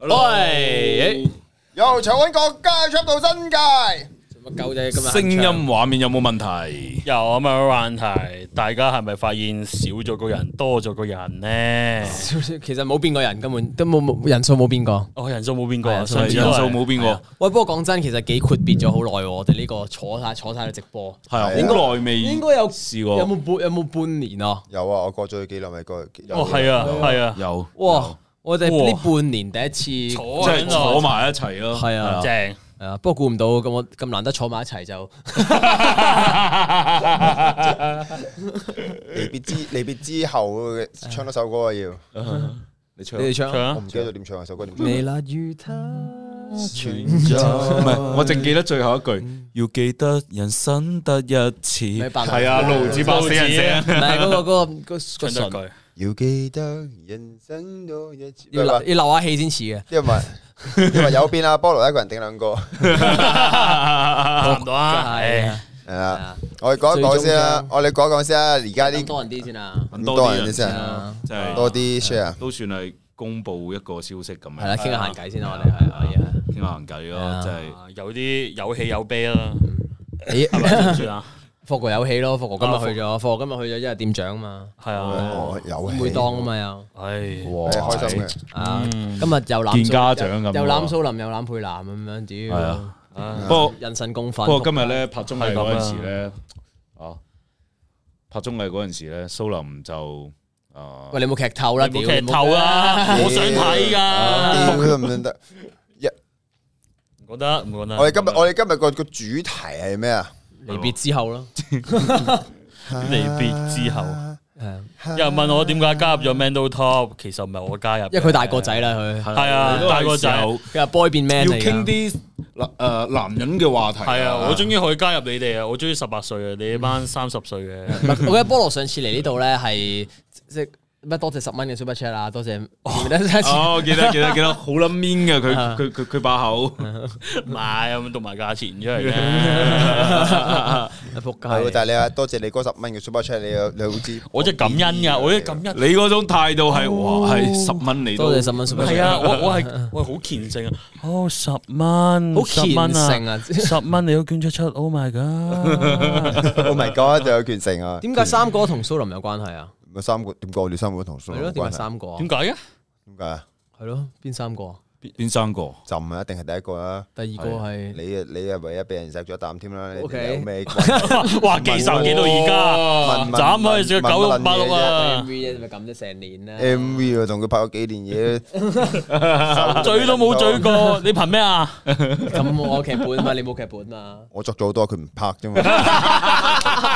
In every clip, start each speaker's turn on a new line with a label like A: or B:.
A: 喂，
B: 又長揾國家出到新界，
C: 乜啊狗仔今日
D: 聲音畫面有冇問題？
A: 又咁樣問題，大家係咪發現少咗個人，多咗個人呢？
C: 其實冇變過人，根本都冇冇人數冇變過。
A: 哦，人數冇變過
C: 係
A: 啊，
C: 啊
A: 上
D: 人
A: 次
D: 數
A: 都係
D: 冇邊個？
C: 喂，不過講真，其實幾闊別咗好耐喎。我哋呢個坐晒坐晒嘅直播，
D: 係啊，好耐未
C: 應該有
D: 試過。
C: 有冇半有冇半年啊？
B: 有啊，我過咗去幾耐咪過。哦
A: 哦，係啊，係啊，
D: 有
C: 哇！我哋呢
A: 哇
C: 半年第一次
A: 坐
D: 即係
A: 喺度
D: 坐埋一齊咯。
C: 係啊
D: 係
A: 正。
C: 係啊，不過估唔到咁我咁難得坐埋一齊就
B: 離別之離別之後唱多首歌啊要，你唱
C: 你哋唱
A: 唱
C: 啊
B: 我
A: 啊
B: 唔記得咗點唱啊首歌點唱。
C: 未辣如他存
D: 唔係，我淨記得最後一句，要記得人生得一次。
C: 咪白
D: 係啊，路子白死人聲。
C: 唔係嗰個嗰個嗰個
A: 唱多
C: 唇，
A: 句，
B: 要記得人生多一次。
C: 要留要留下氣先似嘅。
B: 因為因為有邊啊，菠蘿一個人頂兩個，
A: 差唔多啊。
C: 係
A: 唉
C: 啊，
B: 係啦。我哋講一講先啦，我哋講一講先啦。而家
C: 等
B: 啲
C: 多人啲先啊。
D: 揾
B: 多人啲
D: 先
B: 先
D: 啊，
C: 啊，
D: 即係
B: 多啲 share，
D: 都算係公布一個消息咁樣。
C: 係啦，傾下閒偈先啦，我哋係可以啊。
D: 傾下閒偈
C: 係
D: 咯，
C: 啊
D: 即係
A: 有啲有喜有悲啦，
C: 咦，
A: 點算啊？
C: 霍哥有戲咯，霍哥今日去咗，霍哥今日去咗，因為店長啊嘛，
A: 係啊，
B: 哦有戲
C: 會當啊嘛又
A: 唉，
B: 係開心嘅。
C: 啊，今日又攬
D: 見
C: 蘇
D: 家長咁喎
C: 又攬蘇林，又攬佩蘭咁樣，
D: 係
C: 屌
D: 啊。不過
C: 人神共憤。
D: 不過今日咧拍綜藝嗰陣時咧，啊拍綜藝嗰陣時咧，蘇林就啊
C: 喂，你冇劇透啦，
A: 你
C: 屌
A: 冇劇透！啊！我想睇
B: 屌
A: 噶，
B: 得唔得得？
A: 唔覺得唔覺得？
B: 我哋今日我哋今日個個主題係咩啊？
C: 你冇離別之後咯，
A: 離別之後，
C: 係啊
A: 有人問我點解加入咗 Mental Top，其實唔係我加入嘅，
C: 因為佢大個仔啦，佢
D: 係
A: 係啊大個仔
C: 佢話 boy 變 man
D: 要
C: 嚟㗎
D: 傾啲誒男人嘅話題。
A: 係啊，我終於可以加入你哋啊！我中意十八歲啊，你班三十 歲嘅，
C: 我覺得菠蘿上次嚟呢度咧係即係乜多謝十蚊嘅 super chat 啊 啦，多謝記唔記得上次
D: 哦，記得記得記 得，好撚 mean 嘅佢
C: 啊
D: 佢佢佢把口，
A: 唔係咁讀埋價錢出 嚟嘅。
B: 係啊喎，
C: 仆街。
B: 但係你話多謝你嗰十蚊嘅 super chat，你有你好知
A: 我真係感恩噶，我真係感恩。
D: 你嗰種態度係哇係十蚊你都
C: 嗯多謝十蚊 super
A: 係
C: chat，
A: 啊，我我係我係好虔誠啊！哦，十蚊，
C: 好虔
A: 十蚊
C: 誠啊！
A: 十蚊你都捐出出，Oh my god！
B: ，Oh my god，就有權成啊！
C: 點解三哥同蘇林有關係啊？
B: 咪三個點解我哋三個同數
C: 係咯，
B: 有
C: 點解
B: 關係？
C: 三個啊？
A: 點解嘅？
B: 點解啊？
C: 係咯，邊三個啊？
D: 邊三個？
B: 朕啊，一定係第一個啦。
C: 第二個係
B: 你啊，你啊，唯一俾人錫咗一啖添啦。你
C: OK
B: 有咩關？
A: 哇，記仇記到而
B: 問
A: 家，斬開隻
B: 問
A: 九六
B: 問
A: 八六啊！
C: MV 咪咁咗成年啦
B: M V 啊，同佢拍咗幾年嘢，
A: 嘴都冇嘴。過，你憑咩啊？
C: 咁我劇本嘛，你冇劇本嘛？
B: 我作咗好多，佢唔拍啫嘛。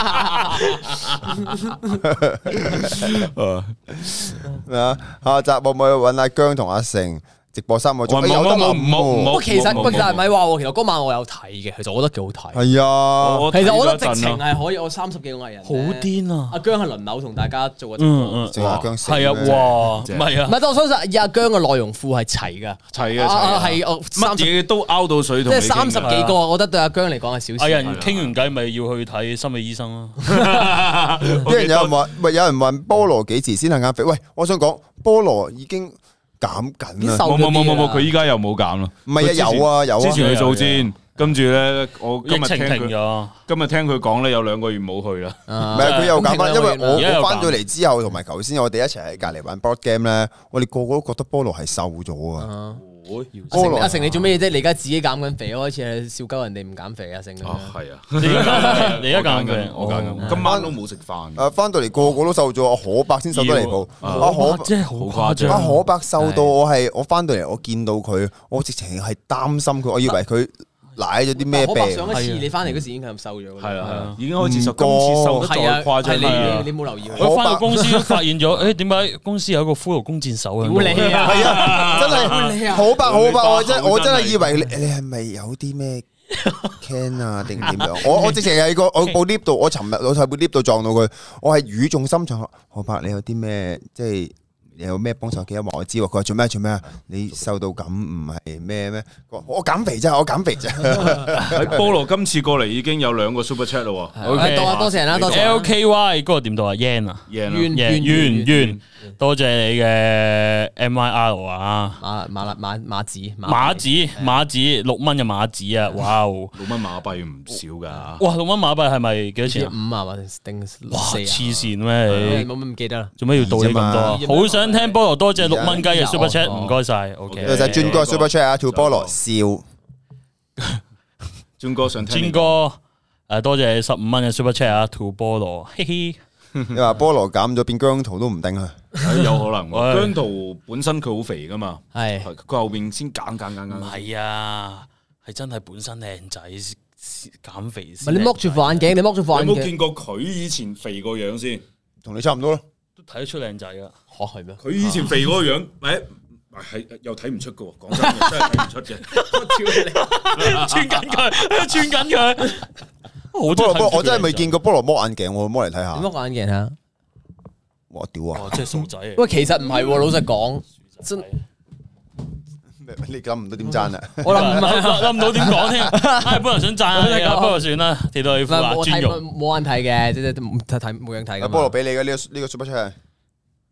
B: 咩啊？下集我咪揾阿姜同阿成直播三個鐘，
D: 喂
B: 哎有得
D: 冇冇
B: 諗
D: 冇冇冇
C: 不
B: 喎
C: 過其實
D: 冇冇
C: 不過但係
D: 冇
C: 咪話喎，其實嗰晚我有睇嘅，其實我覺得幾好睇。
B: 係
A: 哦
B: 啊，
D: 我
C: 其實我
D: 睇咗
C: 覺得
D: 一
C: 直
D: 陣
C: 情
D: 咯
C: 係可以，我三十幾個藝人
A: 好癲啊
C: 阿姜係輪流同大家做個直
A: 嗯
C: 播。
A: 嗯，
B: 淨係阿姜死
A: 係啊，
B: 咩
A: 哇，唔
D: 正
A: 係
C: 唔
A: 啊，
C: 係，但我相信阿姜嘅內容庫係齊噶，
D: 齊嘅
C: 啊啊
D: 齊嘅
C: 係我
D: 乜
C: 三十，即
D: 嘢都拗到水同
C: 係
D: 你傾
C: 三
D: 㗎哎
C: 十幾個，我覺得對阿姜嚟講係小
A: 有
C: 事。
A: 人傾完偈咪要去睇心理醫生咯。
B: 啲人有人話，喂，有人問菠蘿幾時先係減肥？喂，我想講菠蘿已經減緊
C: 變
B: 啦，
C: 瘦
D: 嗯冇
C: 咗
D: 冇冇冇
C: 啲啊
D: 冇，
C: 啦
D: 佢依家又冇減啦。
B: 唔係
D: 佢之
B: 啊，
D: 前
B: 有啊有啊，
D: 之前去做
B: 唔
D: 先，跟住咧，我今
A: 疫
D: 日
A: 情
D: 聽
A: 停
D: 佢
A: 咗，
D: 今日聽佢講咧，有兩個月冇去啦。
C: 啊
B: 係佢又減翻，因為
A: 而家
B: 我
A: 又
B: 我翻
A: 減
B: 咗嚟之後，同埋頭先我哋一齊喺隔離玩 board game 咧，我哋個個都覺得菠蘿係瘦咗啊。
C: 阿成
B: 菠蘿
C: 阿成你做咩啫？你而家自己減緊肥，開始係笑鳩人哋唔減肥啊，成咁樣
D: 啊，係啊，
A: 你而家你而 家
D: 我
A: 減嘅，
D: 我
A: 減
C: 哦
D: 揀緊，今晚都啊冇食飯，
B: 誒，啊翻到嚟個個都瘦咗，阿可伯先瘦得離譜。阿可
A: 哇真係好誇張，
B: 阿可伯瘦到我係我翻到嚟，我見到佢，我直情係擔心佢，我以為佢奶咗啲咩
C: 可伯上
B: 病。
C: 一次你翻嚟嗰時已經係咁瘦咗㗎啦。
D: 係啊係
A: 係
D: 啊
A: 啊，
D: 已經開始瘦，
B: 唔
D: 今
B: 過
D: 次瘦得再
C: 嗯係啊，
D: 誇張
C: 係
D: 啦
C: 你。你冇留意佢。
A: 我翻到公司都發現咗， 誒點解公司有個骷髏弓箭手啊？
C: 屌你啊！
B: 係啊，真
C: 你啊
B: 係可伯可伯，我真
D: 你
B: 我真
D: 真係
B: 係以為你你係咪有啲咩 can 啊定點樣？我我直情係個 我部 lift 度，我尋日我喺部 lift 度撞到佢，我係語重心長，可伯你有啲咩即係你有咩幫手幾多忙？我知喎。佢話做咩做咩？你瘦到咁唔係咩咩？我我減肥啫，我減肥啫。
D: 喺菠蘿今次過嚟已經有兩個 super chat 咯喎，
A: OK
C: 多啊多謝啦，多謝。
A: L K Y 嗰個點到啊？Yen 啊
D: 贏啦
C: 冤
A: ，Yen
C: 冤
A: 冤冤，多謝你嘅 M I R 啊，
C: 馬馬馬馬子
A: 馬子馬子六蚊嘅馬子啊，哇哦！
D: 六蚊馬幣唔少
C: 哦
D: 㗎，
A: 哇，六蚊馬幣係咪幾多
C: 唔知
A: 錢啊？
C: 五啊，或者定四
A: 哇！
C: 啊
A: 黐線咩你？
C: 冇乜唔記得啦。
A: 做咩要道理咁
C: 二啫
A: 多？
C: 嘛
A: 好想聽菠蘿，多謝六蚊雞嘅 Super
C: 二
A: Chat，
C: 哦
A: 唔該晒。OK，
B: 就係
D: 專
B: 轉
D: 哥
B: 個 super chat 啊，跳菠蘿笑。
D: 尊哥想聽你
A: 尊哥，誒多謝十五蚊嘅 Super Chat 啊，土菠蘿，嘿嘿。
B: 你話啊菠蘿減咗變姜濤都唔定啊！
D: 誒哎有可 能喎。
A: 喂
D: 姜濤本身佢好肥噶嘛，
C: 係
D: 佢佢後邊先減減減減
A: 唔。
C: 嗯
A: 係啊，係真係本身靚仔先先減肥
C: 唔係
A: 先。
C: 你剝住副眼鏡，你剝住副眼
D: 有冇
C: 鏡
D: 見，過佢以前肥個樣
C: 啊
D: 先？
B: 同你差唔多咯。
A: 都睇得出靚 仔噶。
C: 嚇係咩？
D: 佢以前肥嗰個樣，誒係又睇唔出嘅喎，講真 嘅，真係睇唔出嘅。
A: 穿緊佢，穿緊佢。我
B: 菠蘿菠蘿，我真係未見過菠蘿剝眼鏡喎，剝嚟睇
C: 你
B: 下。
C: 剝眼鏡啊？
B: 我屌啊！
A: 哇，真係傻仔 嚟。
C: 喂，其實唔係喎，老實講，真
B: 你諗唔到點爭啊？
C: 我諗唔係。
A: 諗唔到點講添，唉，本來想讚下你 啊，不過算啦，跌到你
C: 唔
A: 褲
C: 係
A: 啊，
C: 冇
A: 專
C: 睇
A: 用。
C: 冇眼睇嘅，即係冇睇睇冇樣
B: 阿
C: 睇嘅。
B: 啊菠蘿俾你嘅呢個呢個 super chat，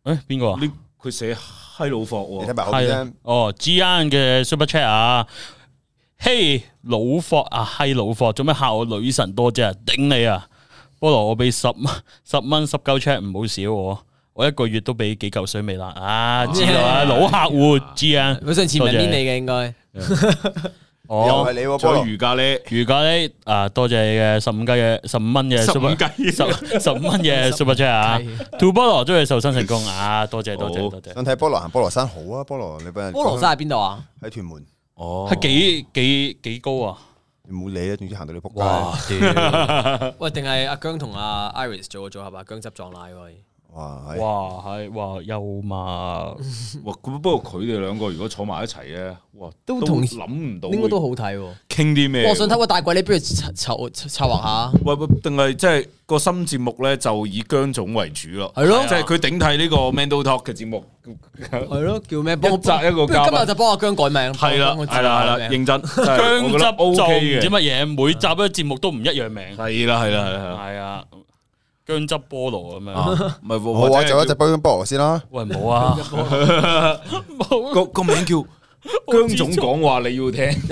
A: 誒，邊個啊？
D: 呢佢寫閪老霍
B: 你
D: 喎
B: 睇，埋後邊
A: 係啊
B: 啫。，
A: 哦，Gian 嘅 Super Chat 啊，嘿，老霍啊，嘿，老霍，做咩嚇我女神多啫？頂你啊！菠蘿，我俾十蚊，十蚊十嚿 chat 唔好少我，我一個月都俾幾嚿水未啦。啊，知道 啊，老客戶 Gian，
C: 佢上次唔
A: 多
C: 係
A: 謝
C: 邊你嘅應該。
B: 又係
A: 哦，
B: 你喎菠
D: 仲有
B: 蘿。
D: 瑜伽咧，
A: 如果咧啊，多謝你嘅十五雞嘅十五蚊嘅
D: 十
A: Super
D: 五雞
A: 十十五蚊嘅 Super Chat 啊
C: 雞
A: ，To 菠蘿祝你瘦身成功啊！多謝多謝
D: 好
A: 多謝，
B: 想睇菠蘿行菠蘿山好啊！菠蘿你幫
C: 菠蘿山喺邊度啊？
B: 喺屯門，
D: 哦
A: 係幾幾幾高啊？
B: 你唔好理啦，總之行到你仆 街。
A: 哇！屌
C: 啊喂，定係阿姜同阿 Iris 做個組合啊？姜汁撞奶喎。
B: 哇！係
A: 哇，係哇，又嘛，
D: 哇！咁不過佢哋兩個如果坐埋一齊咧，哇，
C: 都
D: 都
C: 同
D: 諗唔到，
C: 應該都好睇喎。
D: 傾啲咩？
C: 我想睇個大貴，你不如策策策劃下。
D: 喂喂，定係即係個新節目咧，就以姜總為主咯，
C: 係咯
D: 即係佢頂替呢個 Mandal Talk 嘅節目，
C: 係咯，叫咩？
D: 一集一個
C: 不如
D: 嘉賓
C: 今日就幫阿姜改名。
D: 係啦
C: 幫我
D: 係啦係啦，
C: 改名
D: 認真
A: 姜汁就唔
D: O K 嘅，
A: 知乜嘢，每集嘅節目都唔一樣名，
D: 係啦係啦係啦，
A: 係啊，姜汁菠蘿咁
D: 啊
A: 樣，
D: 唔係
B: 好
D: 或
B: 啊，
D: 者
B: 就一隻波音菠蘿先啦。
A: 喂冇啊，冇，
D: 個個名 叫姜總講話你要聽，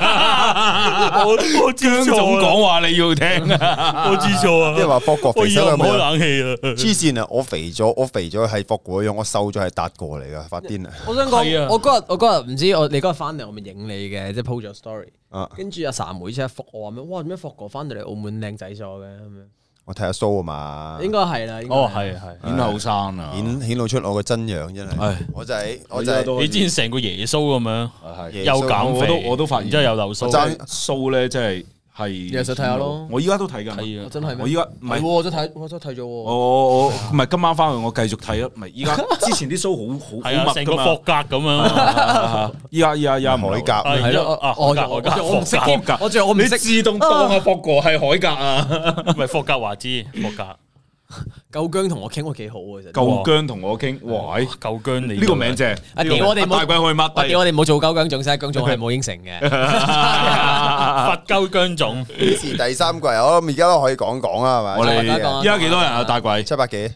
A: 我 我姜
D: 姜總講話你 要聽啊！
A: 我知 錯啊
B: 即係話霍國
A: 我
B: 肥
A: 以
B: 瘦
A: 後
B: 係
A: 哎唔開
B: 咪啊？
A: 冷氣啦，
B: 黐線啊！我肥咗，我肥咗係霍國樣，我瘦咗係達過嚟噶，發癲啊！
C: 我想
A: 係啊
C: 講，我嗰日我嗰日唔知我你嗰日翻嚟，我咪影你嘅，即係 po 咗 story。
B: 啊，
C: 跟住阿 Sa 妹即係復我話咩？哇，點解復哥翻到嚟澳門靚仔咗嘅咁樣？
B: 我睇下 show 啊嘛，
C: 應該係啦。應該
A: 哦 係係，
D: 顯後生啊，
B: 顯顯露出我嘅真樣真係
D: 唉。
B: 我就係我
D: 我
B: 就
D: 真係
B: 係
D: 都
A: 你之前成個耶穌咁樣，
D: 係
B: 耶
A: 又
B: 穌
A: 減
D: 我
A: 肥，
D: 都我都發現
A: 然之後又流
B: 我爭
A: 蘇，
D: 蘇咧，真係係
C: 又想睇下咯
D: 我依家都睇緊，
A: 係
C: 我
A: 啊，
C: 真係咩
D: 我依家唔
C: 唔係
D: 係哦
C: 喎，。我真睇，我真睇咗喎。
D: 我我唔係今晚翻去，我繼續睇啦。唔係依 家之前啲 show 好
A: 係
D: 好
A: 啊，
D: 好
A: 成
D: 密
A: 個
D: 噶
A: 霍
D: 嘛。
A: 格咁樣，
D: 依家依家依家唔
B: 海
D: 流
B: 甲
A: 係
C: 係咯，
A: 啊，
C: 我
A: 霍格
C: 我
A: 霍格
C: 我唔識
A: 霍
C: 添
A: 格，
C: 我仲我唔
D: 你
C: 識
D: 自動當阿博哥係海格啊！
A: 唔係霍格華茲，霍格
C: 夠姜同我傾過幾好喎，其實。
D: 夠姜同我傾，哇！呢
A: 夠姜你
D: 個名正，
C: 啊
D: 呢個
C: 屌我哋冇
D: 大鬼可以
C: 我
D: 抹低
C: 啊屌，我哋冇做鳩姜總 先，姜總係冇應承嘅。
A: 佛鳩姜總。
B: 幾時第三季？我諗而家都可以講講啊，係咪？
D: 我哋
C: 大家講啊
D: 依家幾多人啊？大鬼
B: 七百幾，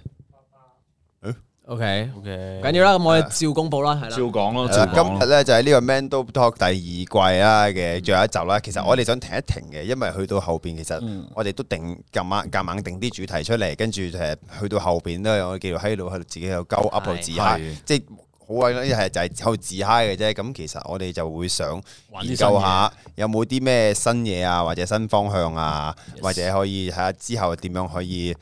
C: OK，
A: OK，
C: 緊要啦，咁我哋照公佈啦，係啦
D: 照。講咯，照講
B: 今日
D: 咯。
B: 咧就係呢個 Man Do Talk 第二季啦嘅最後一集啦。其實我哋想停一停嘅，因為去到後邊其實我哋都定夾硬夾硬定啲主題出嚟，跟住誒去到後邊都有我哋繼續喺度喺度自己喺度鳩噏度自嗨
D: 係，
B: 即係好鬼呢係就係喺度自嗨嘅啫。咁其實我哋就會想
A: 玩啲
B: 研
A: 新
B: 究
A: 嘢
B: 下有冇啲咩新嘢啊，或者新方向啊，或者可以睇下之後點樣可以。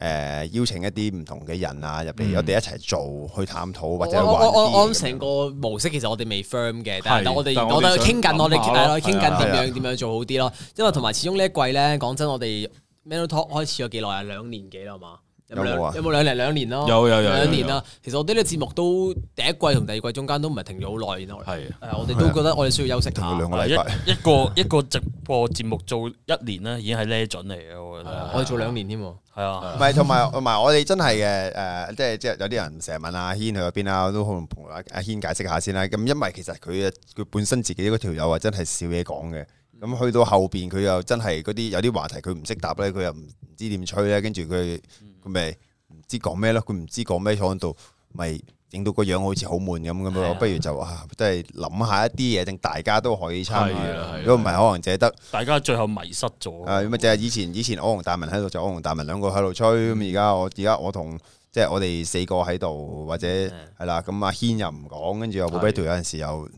B: 誒、邀請一啲唔同嘅人啊入嚟，我哋一齊做去探討或
C: 我
B: 者玩
C: 我我我我
B: 啲嘢咁
C: 諗
B: 樣
C: 成個模式其實我哋未 firm 嘅，但係
D: 係
C: 但我哋
D: 但係
C: 我
D: 我哋
C: 哋傾緊，
D: 想
C: 我哋
D: 諗下咯
C: 係傾
D: 係
C: 緊
D: 啊
C: 點
B: 係
C: 樣點樣做好啲咯。因為同埋始終呢一季咧，講真，我哋 Mental Talk 開始咗幾耐啊？兩年幾啦嘛。
B: 有冇啊
C: 兩有冇兩年兩年咯？
D: 有有有
C: 兩年啦。其實我哋呢個節目都第一季同第二季中間都唔係停咗好耐，然後
D: 係啊
C: 誒我哋都覺得我哋需要休息
B: 同
C: 下
B: 佢。兩 個禮拜，
A: 啊一一個一個直播節目做一年咧，已經係 legend 嚟嘅，我覺得
C: 啊我哋做兩年添喎。
A: 係啊，
B: 唔係同埋同埋我哋真係嘅誒，即係即係有啲人成日問阿軒去咗邊啦，我都可能同阿阿軒解釋下先啦。咁因為其實佢佢本身自己嗰條友啊，真係少嘢講嘅。咁去到後邊佢又真係嗰啲有啲話題佢唔識答咧，佢又唔唔知點吹咧，跟住佢佢咪唔知講咩咯，佢唔知講咩坐喺度，咪整到個樣好似好悶咁咁
C: 係啊
B: 咯。不如就啊，真係諗下一啲嘢，定大家都可以參與
D: 係啊係啊。
B: 如果唔係，可能淨係得。
A: 大家最後迷失咗。
B: 啊，咁啊就係以前以前我同大文喺度就我同大文兩個喺度吹，
C: 嗯
B: 咁而家我而家我同即係我哋四個喺度，或者
C: 嗯
B: 係啦，咁阿軒又唔講，跟住又冇俾條有陣時又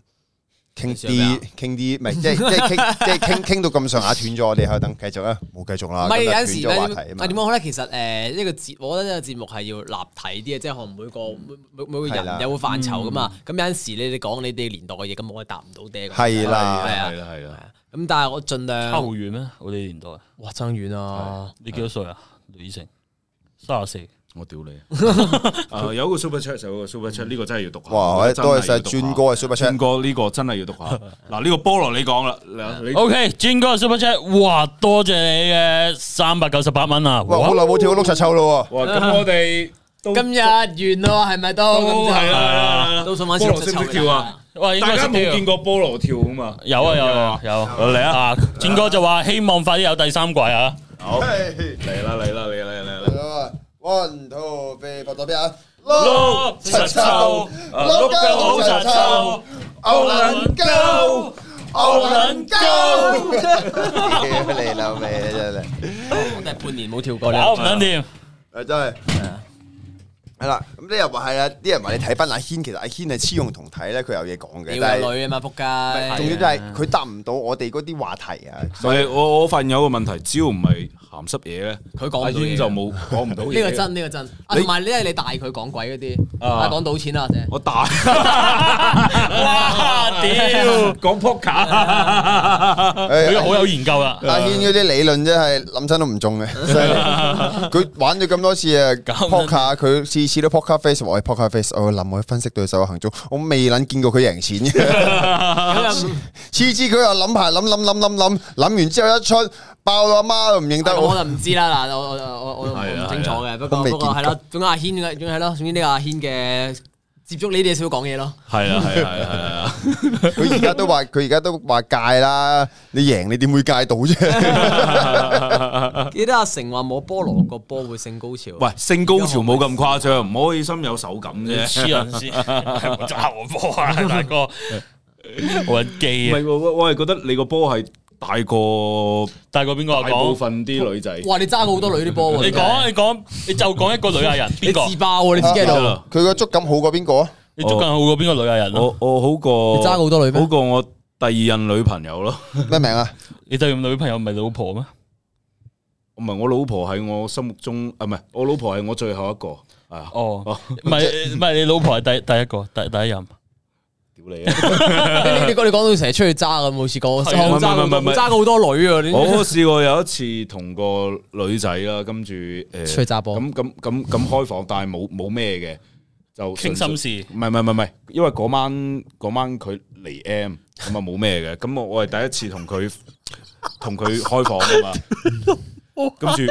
B: 傾
C: 你想咩啊
B: 啲傾啲，唔係即係即係傾即係傾傾到咁上下斷咗，我哋喺度等繼續啦，冇繼續啦，
C: 唔係有
B: 咁就
C: 陣時
B: 斷咗
C: 咧，啊
B: 話
C: 點
B: 題啊嘛，
C: 講咧？其實誒呢個節，我覺得呢個節目係要立體啲嘅，即係可能每個每每每個
B: 嗯係啦嗯
C: 人有個範疇噶嘛。咁有陣時你哋講你哋年代嘅嘢，咁我係答唔到爹㗎。
B: 係
D: 係
B: 啦，
C: 係啊
D: 啦係啦，
C: 咁但係我盡
A: 差
D: 啊
A: 好
C: 量，
A: 遠咩？我哋年代，
C: 哇爭遠啊！
A: 你幾多歲啊？李成三十四，
D: 我屌你！啊有個 super chat 有個 super chat，呢個真係要讀下。
B: 哇，多謝晒
C: 啊
D: 專
B: 尊哥嘅 super
D: 專
B: chat，
D: 哥呢個真係要讀下。嗱，呢個菠蘿你講啦，嗱你
A: OK，轉哥 Super Chat，哇，多謝你嘅三百九十八蚊啊！
B: 哇，好耐冇跳過碌柒抽咯喎，
D: 哇咁我哋都
C: 今日完咯，係咪都
D: 都哦係
C: 咁
D: 啦係啦，
C: 就都想玩
D: 菠蘿識唔識跳啊？？
A: 哇，應
D: 大
A: 該
D: 家
A: 識
D: 冇
A: 跳
D: 見過菠蘿跳啊嘛？
A: 有啊有啊有啊，嚟啊！展哥就話希望快啲有第三季啊！
D: 好嚟啦嚟啦嚟啦嚟啦！
B: 啊 One two three，搏到邊啊？
A: 碌柒臭，碌鳩好柒臭，
B: 牛
A: 能鳩，
B: 牛
A: 能
B: 鳩，屌你老味你真係，
C: 我哋半年冇跳過
D: 哦
A: 搞唔
C: 啦。
A: 撚掂，
B: 誒真係。係啦，咁啲人話係啦，啊啲人話你睇翻阿軒，其實阿軒係雌雄同體咧，佢有嘢講嘅，
C: 屌
B: 但
C: 有
B: 係
C: 女啊嘛，仆
B: 重
C: 街！
B: 點就係佢答唔到我哋嗰啲話題啊，
D: 唔係我我發現有個問題，只要唔係鹹濕嘢咧，
C: 佢講唔到嘢
D: 阿軒就冇講唔到嘢。
C: 呢個真，呢個真。啊，同埋呢，你大佢講鬼嗰啲，
D: 啊
C: 啊講賭錢啊，或者
D: 我大
A: 哇 屌！
D: 講 poker，
A: 啊佢
B: 誒
A: 好有研究啦，
B: 阿軒嗰啲理論真係諗親都唔 中嘅，犀利佢玩咗咁多次啊
A: 搞唔
B: ，poker 佢次次都 poker face，我係 poker face，我諗我分析對手嘅行蹤，我未撚見過佢贏錢嘅，
D: 啊
B: 次次佢又諗牌諗諗諗諗諗，諗完之後一出爆到阿媽都唔認
C: 啊
B: 得
C: 咁我
B: 我，
C: 就唔知啦，嗱，我我我我我
D: 係
C: 唔
D: 啊
C: 清楚嘅，不
B: 我
C: 過
B: 未
C: 不過
B: 見
C: 係
B: 過
C: 咯，總之阿軒嘅，總之係咯，總之呢個阿軒嘅接觸呢啲嘢少講嘢咯。
D: 係啦係啦係啦係啦。
B: 佢而家 都話佢而家都話戒啦，你贏你點會戒到啫？
C: 記得阿成話摸菠蘿個波會性高潮，
D: 喂，性高潮冇咁誇張，唔可以心有手感
A: 你
D: 啫。
A: 黐人先，係咪揸 我波啊，大哥，我人
D: 唔
A: 機啊
D: 係，！我我係覺得你個波係大過
A: 大過邊個啊
D: 大部
A: 講？
D: 分啲女仔。
C: 哇！你揸過好多女啲波喎，
A: 你講你講，你就講一個女 藝人，邊
C: 你
A: 個？
C: 自爆喎，你 自己喺
D: 邊個
C: 度，
D: 啊
B: 佢個觸感好過邊個啊？
A: 你最近好過邊個女藝人咯？
D: 我我好過
C: 你揸過好多女咩
D: 好過我第二任女朋友咯。
B: 咩名啊？
A: 你對女朋友唔係老婆咩？
D: 唔係我老婆係我心目中啊，唔係我老婆係我最後一個啊！
A: 哦，
D: 哦
A: 唔係唔係，你老婆係第第一個，第第 一任。
D: 屌你啊！
C: 你你講你講到成日出去揸咁，好似講
A: 係啊
C: 我揸過好
D: 唔係唔係
C: 多
D: 唔係
C: 揸過好多女啊！你
D: 我試過有一次同個女仔啦，跟住誒
C: 出去揸波
D: 咁咁咁咁開房，但係冇冇咩嘅，就
A: 傾心事。
D: 唔係唔係唔係唔係，因為嗰晚嗰晚佢嚟 M，咁啊冇咩嘅，咁我我係第一次同佢同佢開房啊 嘛，跟住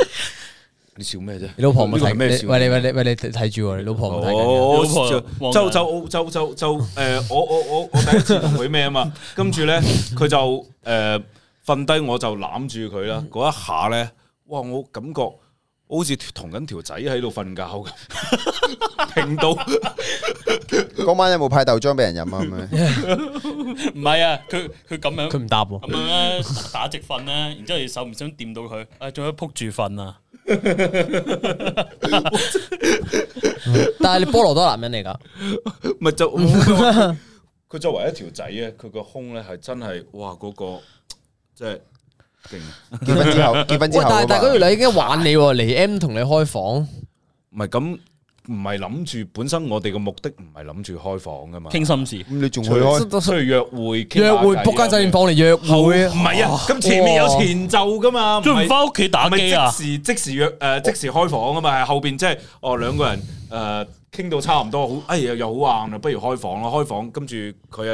D: 你笑咩啫？
C: 你老婆唔
D: 呢個係
C: 睇
D: 咩
C: 咩？
D: 笑？
C: 喂你喂你喂你睇住喎，你老婆唔睇緊嘅。
D: 哦，
A: 老婆
D: 就就就就就就誒，我我我我第一次同佢咩啊嘛，跟住咧佢就誒瞓低，我就攬住佢啦。嗰一下咧，哇！我感覺我好似同緊條仔喺度瞓覺咁， 停到
B: 嗰晚有冇派豆漿俾人飲啊？咁樣
A: 唔係啊，佢佢咁樣
C: 佢
A: 咁
C: 唔答喎，
A: 樣咧打直瞓咧，然之後你手唔想掂到佢，啊，仲要撲住瞓啊！
C: 但係你菠蘿都係男人嚟㗎，
D: 咪就佢佢作為一條仔咧，佢個胸咧係真係哇嗰個即係勁，
B: 結婚之後，結婚之
C: 喂
B: 後
C: 但係但係
B: 啊
C: 嗰
B: 嘛
C: 條女已經玩你喎，嚟 M 同你開房，
D: 唔係咁唔係諗住本身我哋嘅目的唔係諗住開房噶嘛，
A: 倾心事。
B: 咁你仲去 開？
D: 出去約會傾
C: 約
D: 下偈啊
C: 會仆街酒店房嚟約會
D: 唔係啊，咁前面有前奏噶嘛，唔
A: 都唔
D: 係
A: 翻屋企打
D: 唔
A: 機啊
D: 係！即時即時約誒即時開房啊嘛，係後邊即係哦兩個人誒傾到差唔多，好哎呀又好硬啦，不如開房啦，開房跟住佢又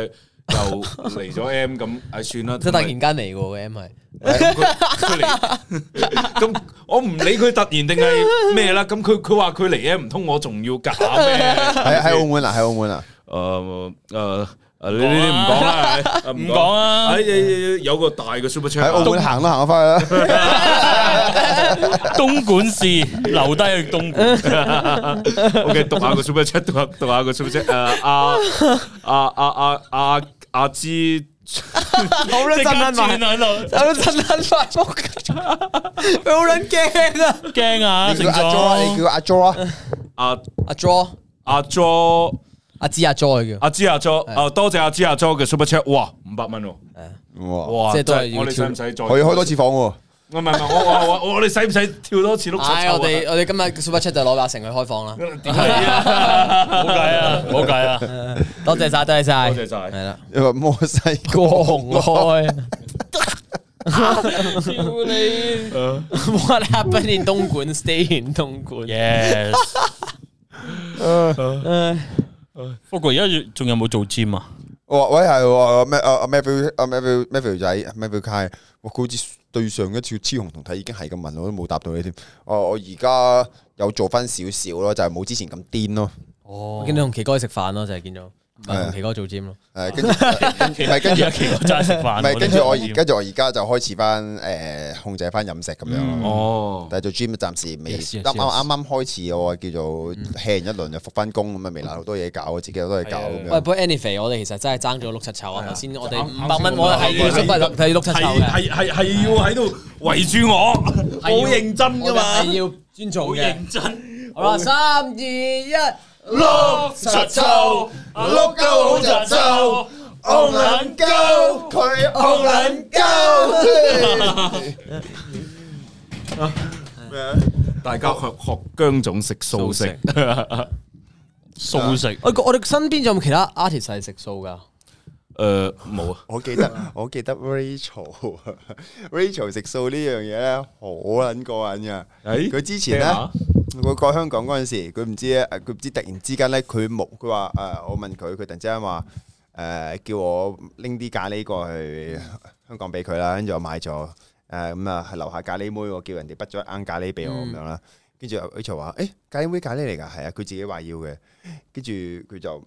D: 嚟咗 M 咁，唉算啦，
C: 即係突然間嚟嘅喎個 M 係，
D: 佢佢嚟， 咁我唔理佢突然定係咩啦，咁佢佢話佢嚟 M 唔通我仲要假 咩？
B: 喺喺澳門啊，喺澳門啊，
D: 誒誒誒，你你 唔講啦，
A: 唔講啊
D: 哎有個大嘅 super
B: 喺
D: chat 啊
B: 澳門行都行得翻去啦。
A: 東莞市留低去東 莞，
D: OK，讀下個 super chat，讀下讀下個 super chat。誒，阿阿阿阿阿阿芝，
A: 即
C: 好撚
A: 刻
C: 震撚
A: 轉喺
C: 埋，
A: 度，
C: 啊好撚震撚埋仆街，佢好撚驚啊！
A: 驚啊！
B: 你
A: 成
B: 叫阿 Jo 啊，你
A: 咗
B: 叫阿 Jo 啊，
D: 阿
C: 阿 Jo，
D: 阿 Jo，
C: 阿芝阿 Jo 佢叫，
D: 阿芝阿 Jo，啊，多謝阿芝阿 Jo 嘅 super chat。哇，五百蚊喎！
B: 哇
D: 哇，
C: 即係都係
D: 真
C: 要
D: 我哋使
C: 跳
D: 唔使再？
B: 可以開多次房喎。
D: 唔係唔係，我我我我哋使唔使跳多次碌柒
C: 唉，我哋
D: 臭
C: 我哋今日 Super Chat 就攞把成去開 房啦，
D: 啊？點係啊？
A: 冇計啊，冇計啊！
C: 多謝晒，多謝晒，
D: 多謝晒
C: 係啦，
B: 你話摩西哥
C: 過開。
A: 笑你
C: What happened in 東莞？Stay in 東莞。
A: ，yes。不過而家仲有冇做 gym à? 啊？
B: 我話喂係喎，咩阿阿 Matthew 阿 Matthew Matthew 仔 Matthew Kai，哇佢好似對上一次雌雄同體已經係咁問我都冇答到你添。哦，我而家有做翻少少咯，就係冇之前咁癲咯。
A: 哦
C: 我見到同奇哥去食飯咯，就係見到，唔係
B: 係啊
C: 同奇哥做 gym 咯。
B: 誒，跟住唔係跟住
A: 有期我真係食飯，
B: 唔係跟住我而
A: 哋做 gym
B: 跟住我而家就開始翻誒控制翻飲食咁樣咯。
D: 哦，
B: 但係做 gym 暫時未
C: Yes, yes,
B: 啱啱啱啱開始，我叫做 hea 一輪就復翻工咁啊，未嚟好多嘢搞，自己好多嘢搞咁
C: 喂，
B: 樣。
C: 不過 anyway，我哋其實真係爭咗六七籌啊！頭先我哋
D: 啱
C: 五百蚊，我哋係要
D: 啱先
C: 六六係六七籌
D: 係
C: 嘅，
D: 係係係要喺度圍住我，好
C: 要
D: 認真噶
C: 我哋
D: 嘛，
C: 係要尊
D: 好
C: 重嘅。
D: 認真。
C: 好啦，三二一，
D: 碌柒臭，碌鳩好柒臭，戇撚鳩，
B: 佢
D: 戇撚鳩。大家學學姜總食素 食，
A: 素食
C: 我我哋身邊仲有冇其他 artist 係食素㗎？
D: 誒冇啊，
B: 我記得我記得 Rachel 啊 Rachel 食素呢樣嘢咧好撚過癮噶。
D: 誒
B: 佢之前
D: 咩
B: 咧
C: 啊
D: 話，
B: 佢過香港嗰陣時，佢唔知咧，誒佢唔知突然之間咧，佢冇佢話誒，我問佢，佢突然之間話誒叫我拎啲咖喱過去香港俾佢啦，跟住我買咗誒咁啊，係樓下咖喱妹，我叫人哋滗咗一罌咖喱俾我咁啊樣啦。跟住 Rachel 話：誒咖喱妹咖喱嚟㗎，係啊，佢自己話要嘅。跟住佢就。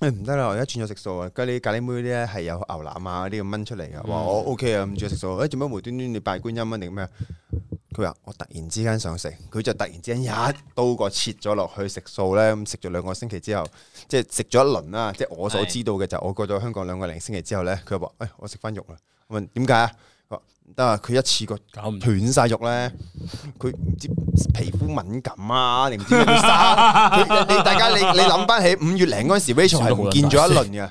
B: 誒唔得啦！我而家轉咗食素啊，咖喱咖喱妹咧係有牛腩啊嗰啲咁炆出嚟嘅，話我 OK 啊，唔轉食素。誒做咩無端端你拜觀音啊定咩啊？佢話我突然之間想食，佢就突然之間一刀個切咗落去食素咧，咁食咗兩個星期之後，即係食咗一輪啦。即係我所知道嘅就係我過咗香港兩個零星期之後咧，佢話：，誒、我食翻肉啦。我問點解啊？佢話唔得啊，佢一次過
A: 搞唔掂
B: 斷晒肉咧，佢唔知皮膚敏感啊，定唔知咩生。佢你大家你你諗翻起五月零嗰陣時，Rachel 係唔見咗一輪嘅，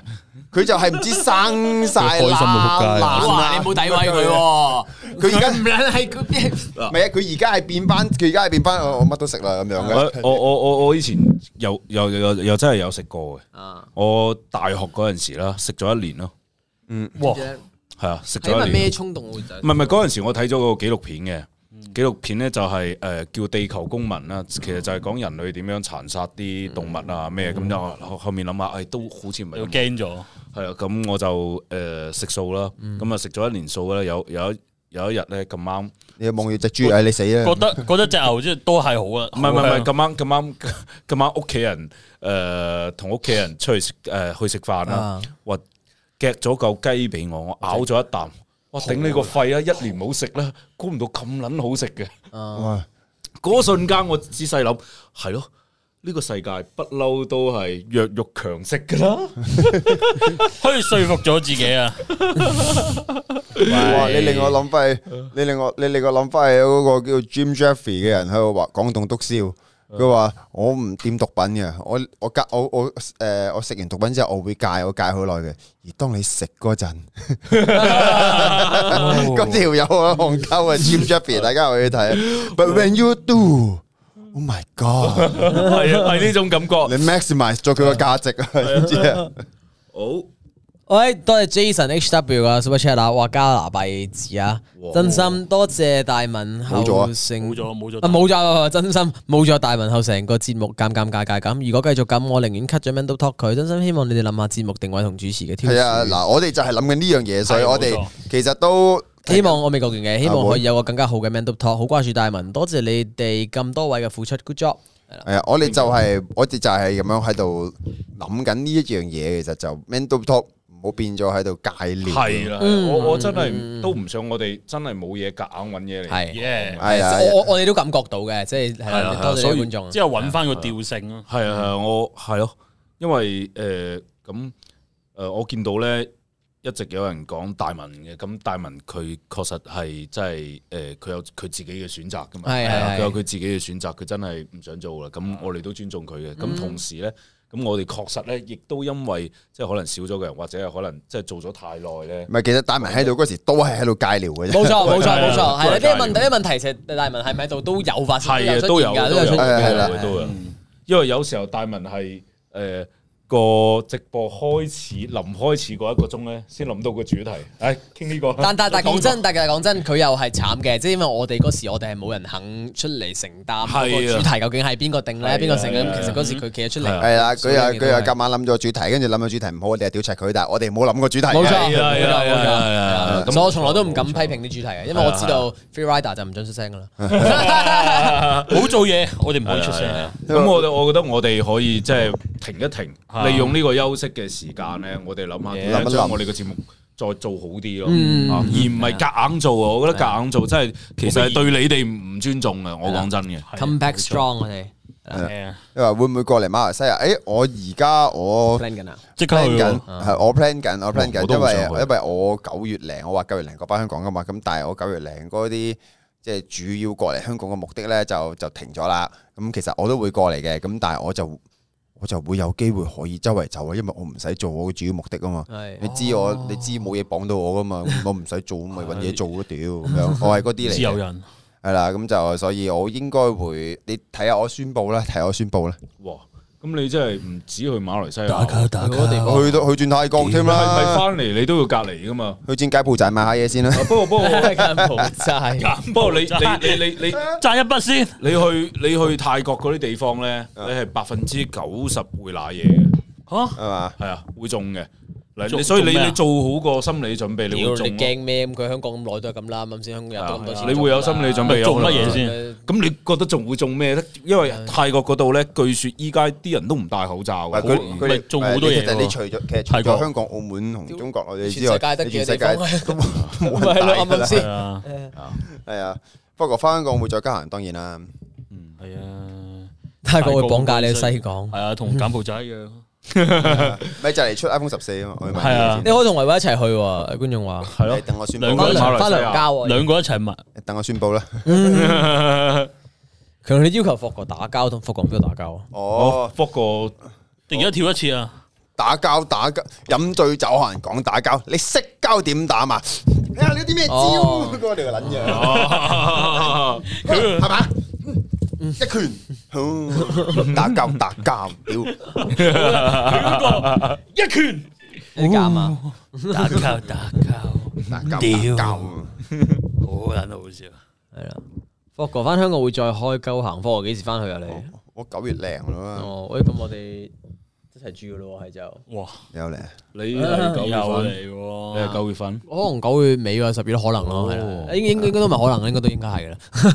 B: 佢就係唔知生 晒
A: 佢開心到仆街
B: 啦爛
C: 哇！
B: 啊
C: 你冇詆毀佢喎，
B: 佢而家
C: 唔撚係嗰
B: 唔係啊，佢而家係變翻，佢而家係變翻，我我乜都食啦咁樣
D: 我
B: 嘅。
D: 我我我我以前又又又又真係有食過嘅，
C: 啊，
D: 我大學嗰陣時啦，食咗一年咯，
A: 哇！
D: 係啊，食
C: 係因
D: 咗
C: 為
D: 一年
C: 咩。衝動會就
D: 唔係唔係，嗰陣時我睇咗個紀錄片嘅，
C: 嗯
D: 紀錄片咧就係、呃叫《地球公民》啦，其實就係講人類點樣殘殺啲
C: 嗯
D: 動物啊咩咁就後後面諗下，誒、都好似唔係
A: 我
D: 咁
A: 驚咗，
D: 係啊，咁我就誒、呃食素啦，
C: 嗯
D: 咁啊食咗一年素啦，有有一有一日咧咁啱，唔
B: 你望住只豬，唉，你死啦！
A: 覺得覺得只牛即係都係好啊，唔
D: 係唔係唔係咁啱 咁啱咁啱屋企人誒同屋企人出去食誒、呃去食飯啦
C: 啊，
D: 話夾咗嚿雞俾我，我咬咗一啖，哇頂你個肺啊！一年冇食啦，估唔到咁撚好食嘅。
B: 哇
D: 嗰瞬間我仔細諗，係咯，呢、個世界不嬲都係弱肉強食噶啦，
A: 可以說服咗自己啊！
B: 哇！你令我諗翻起，你令我你令我諗翻起嗰個叫 Jim Jeffrey 嘅人喺度話講棟篤笑。佢話：我唔掂毒品嘅，我我戒我我誒、呃我食完毒品之後，我會戒，我戒好耐嘅。而當你食 嗰陣，嗰條友啊，戇鳩啊，Jim Jeffrey，大家可以睇啊。But when you do， Oh my god！
D: 系啊，系呢種感覺。
B: 你 maximize 咗佢個價值啊，知唔知啊？
D: 好，
C: 喂，多謝 Jason H W 啊，Super Chat 啊，哇加拿大字啊，真心多謝大文
B: 冇咗啊
C: 後成
A: 冇咗冇咗
C: 啊冇咗，真心冇咗大文後成個節目尷尷尬尬咁。如果繼續咁，我寧願 cut 咗 Man Do Talk 佢。真心希望你哋諗下節目定位同主持嘅挑
B: 係啊，
C: 選。
B: 嗱，我哋就係諗緊呢樣嘢，所以
A: 係
B: 我
A: 冇
B: 哋
A: 錯
B: 其實都
C: 希
B: 啊
C: 望我未夠完嘅，希望
B: 會
C: 可以有個更加好嘅 Man Do Talk。好掛住大文，多謝你哋咁多位嘅付出，good job。
B: 係啊，我哋就係、我哋就係咁樣喺度諗緊呢一樣嘢，其實就 man do talk 唔好變咗喺度戒料。
D: 係啦，
C: 嗯
D: 我我真係都唔想我哋真係冇嘢夾硬揾嘢嚟。
C: 係，
A: 耶，
B: 係啊，
C: 我我我哋都感覺到嘅，即係係
A: 係
C: 啦
A: 啊，
C: 多謝
A: 所
C: 你
A: 以
C: 嘅觀眾。
A: 之後揾翻個調性
C: 嗯
A: 咯，
D: 係啊，係啊我係咯，因為诶咁诶，我見到咧一直有人講大文嘅，咁大文佢確實係真係诶，佢有佢自己嘅選擇噶嘛，
C: 係係
D: 係啊
C: 係嗯
D: 佢有佢自己嘅選擇，佢真係唔想做啦。咁我哋都尊重佢嘅。咁同時咧，咁我哋確實咧，亦都因為即係可能少咗嘅人，或者係可能即係做咗太耐咧
B: 唔。係，其實大文喺度嗰時都係喺度戒料嘅啫。
C: 冇錯冇錯
A: 係啊
C: 冇錯，係啦，呢
D: 都係
C: 個問題，呢個問題，其實大文係嗯咪喺度都有發
D: 系
C: 生，
D: 啊，都
C: 出現
D: 有
C: 㗎
D: 都
C: 都有
D: 有
C: 出現
B: 係
C: 㗎
B: 係啦
D: 都有，因為有時候大文係诶個直播開始臨開始嗰一個鐘咧，先諗到個主題，唉，傾呢個啦。
C: 但但但講
D: 講
C: 真，但但講真，佢又係慘嘅，即係因為我哋嗰時我哋係冇人肯出嚟承
D: 係
C: 擔
D: 啊
C: 個主題究竟係邊個定
D: 係
C: 咧，
D: 啊
C: 邊個成
D: 係啊啊
C: 咁。其實嗰時佢企咗出嚟，
B: 係啦，佢又佢又
C: 所以
B: 今晚諗咗個主題，跟住諗咗主題唔好，我哋就屌柒佢，但係我哋冇諗過主題。
C: 冇錯
D: 係啊係啊
C: 冇錯
D: 係啊係啊
C: 冇
D: 係啊係啊
C: 錯。
D: 咁
C: 所以我從來都唔敢批評啲主題嘅，
D: 啊
C: 因為我知道 Free Rider 就唔准出聲噶啦。
A: 冇做嘢，我哋唔
C: Ờ,
A: 可以出
D: 係啊
A: 聲。
D: 咁我哋我覺得我哋可以即係停一停
A: 啊，
D: 利用呢個休息嘅時間咧，我哋諗下點
B: 諗
D: 樣
B: 一諗
D: 將我哋嘅節目再做好啲咯，
C: 嗯
D: 啊而唔係夾硬做啊！我覺得夾硬做真係其實係
A: 冇
D: 對你哋唔尊重嘅，我講真嘅。
A: 係
C: Come back
A: 冇錯
C: strong，我哋
A: 係啊
B: 你話會唔會過嚟馬來西亞？誒，我而家我
C: plan 緊啊。
A: 即刻
B: plan
A: 去
B: 緊
A: 喎。
C: 啊
B: 係我 plan 緊，我 plan
D: 我
B: 緊，
D: 都
B: 因
D: 好
B: 為
D: 想去
B: 因為我九月零，我話九月零嗰班香港噶嘛，咁但係我九月零嗰啲即係主要過嚟香港嘅目的咧，就就停咗啦。咁其實我都會過嚟嘅，咁但係我就我就會有機會可以周圍走啊，因為我唔使做我嘅主要目的啊嘛。
C: 係
B: 你知我，你知冇嘢綁到我噶嘛，咁我唔使做，咁咪揾嘢做咯，屌咁 樣，我係嗰啲嚟嘅。
A: 自由人，
B: 系啦，咁就所以我應該會，你睇下我宣布啦，睇下我宣布啦。
D: 哇！咁你真係唔止去馬來西亞，
A: 打
C: 嗰個地方
B: 去到去轉泰國添
D: 係咪
B: 啦，
D: 翻嚟你都要隔離噶嘛？
B: 去轉柬埔寨買下嘢先啦。
A: 啊
D: 不過不 過。
C: 柬埔寨
D: 啊不過 你你你你你
A: 賺一筆先。
D: 你去你去泰國嗰啲地方咧，
A: 啊
D: 你係百分之九十會揦嘢嘅，
A: 吓，
B: 係嘛？
D: 係啊，會中嘅。嗱，
A: 中
D: 你所以你
A: 中咩啊
D: 你做好個心理準備，
C: 屌
D: 你
C: 你
D: 會中咯。
C: 驚咩？咁佢香港咁耐都係咁啦，啱啱先香港有咁多
D: 係
C: 次
D: 啊你會有心理準備有
A: 做乜嘢先
C: 啊
D: 咁你覺得仲會中咩咧？因為泰國嗰度咧，據說依家啲人都唔戴口罩
B: 喂
D: 嘅。
B: 佢
A: 好
B: 佢哋
A: 做好多嘢
B: 其實你
A: 喎
B: 除咗其實除
A: 泰國
B: 咗香港、澳門同中國內地
C: 全
B: 之外
C: 世界，得
B: 你
C: 幾
B: 全
C: 個
B: 世
C: 地
B: 界
C: 方
B: 都 冇人
C: 咪係咯
B: 帶㗎啦
C: 啱啱 先
A: 係啊，
B: 係啊，不過翻香港會再加人，當然啦。
A: 係啊，
C: 泰國會綁架你去西港。
A: 係啊，同柬埔寨一樣。
B: 咪就嚟出 iPhone 十四啊嘛，我要買
A: 係啊
B: 嘢
C: 你可以同維維一齊去喎，觀眾話
A: 係
B: 先。
A: 咯
B: 你，等我宣布
A: 兩個人
B: 啦，
D: 馬來西亞
C: 翻娘家喎，
A: 兩個一齊 買。
B: 等我宣布啦。
C: 佢哋要求霍哥打交，同霍哥唔俾我打交。
B: 哦
D: 我，覆個
A: 突然間跳一次啊！
B: 打交打交，飲醉酒可能講打交，你識交點打嘛？你有啲咩招？
C: 哦
B: 嗰個條撚樣。
A: 佢
B: 系嘛？一拳，好打交打交，屌！
A: 嗰個一拳
C: 你啱啊！
A: 打交打交，
B: 打交
A: 屌
B: 打交，
A: 好撚好笑。
C: 係啦，霍哥翻香港會再開鳩行，霍哥幾時翻去啊你？
B: 我九月零啦，
C: 哦，喂，咁我哋一齊住噶咯喎，係就
A: 哇，
B: 有嚟，
D: 你係九
A: 有
D: 月份，
A: 嚟
D: 你係
A: 喎！
D: 九月份。
C: 可能九月尾啊，十月都可能咯，係啦，應應應該都唔係可能，應該都應該係噶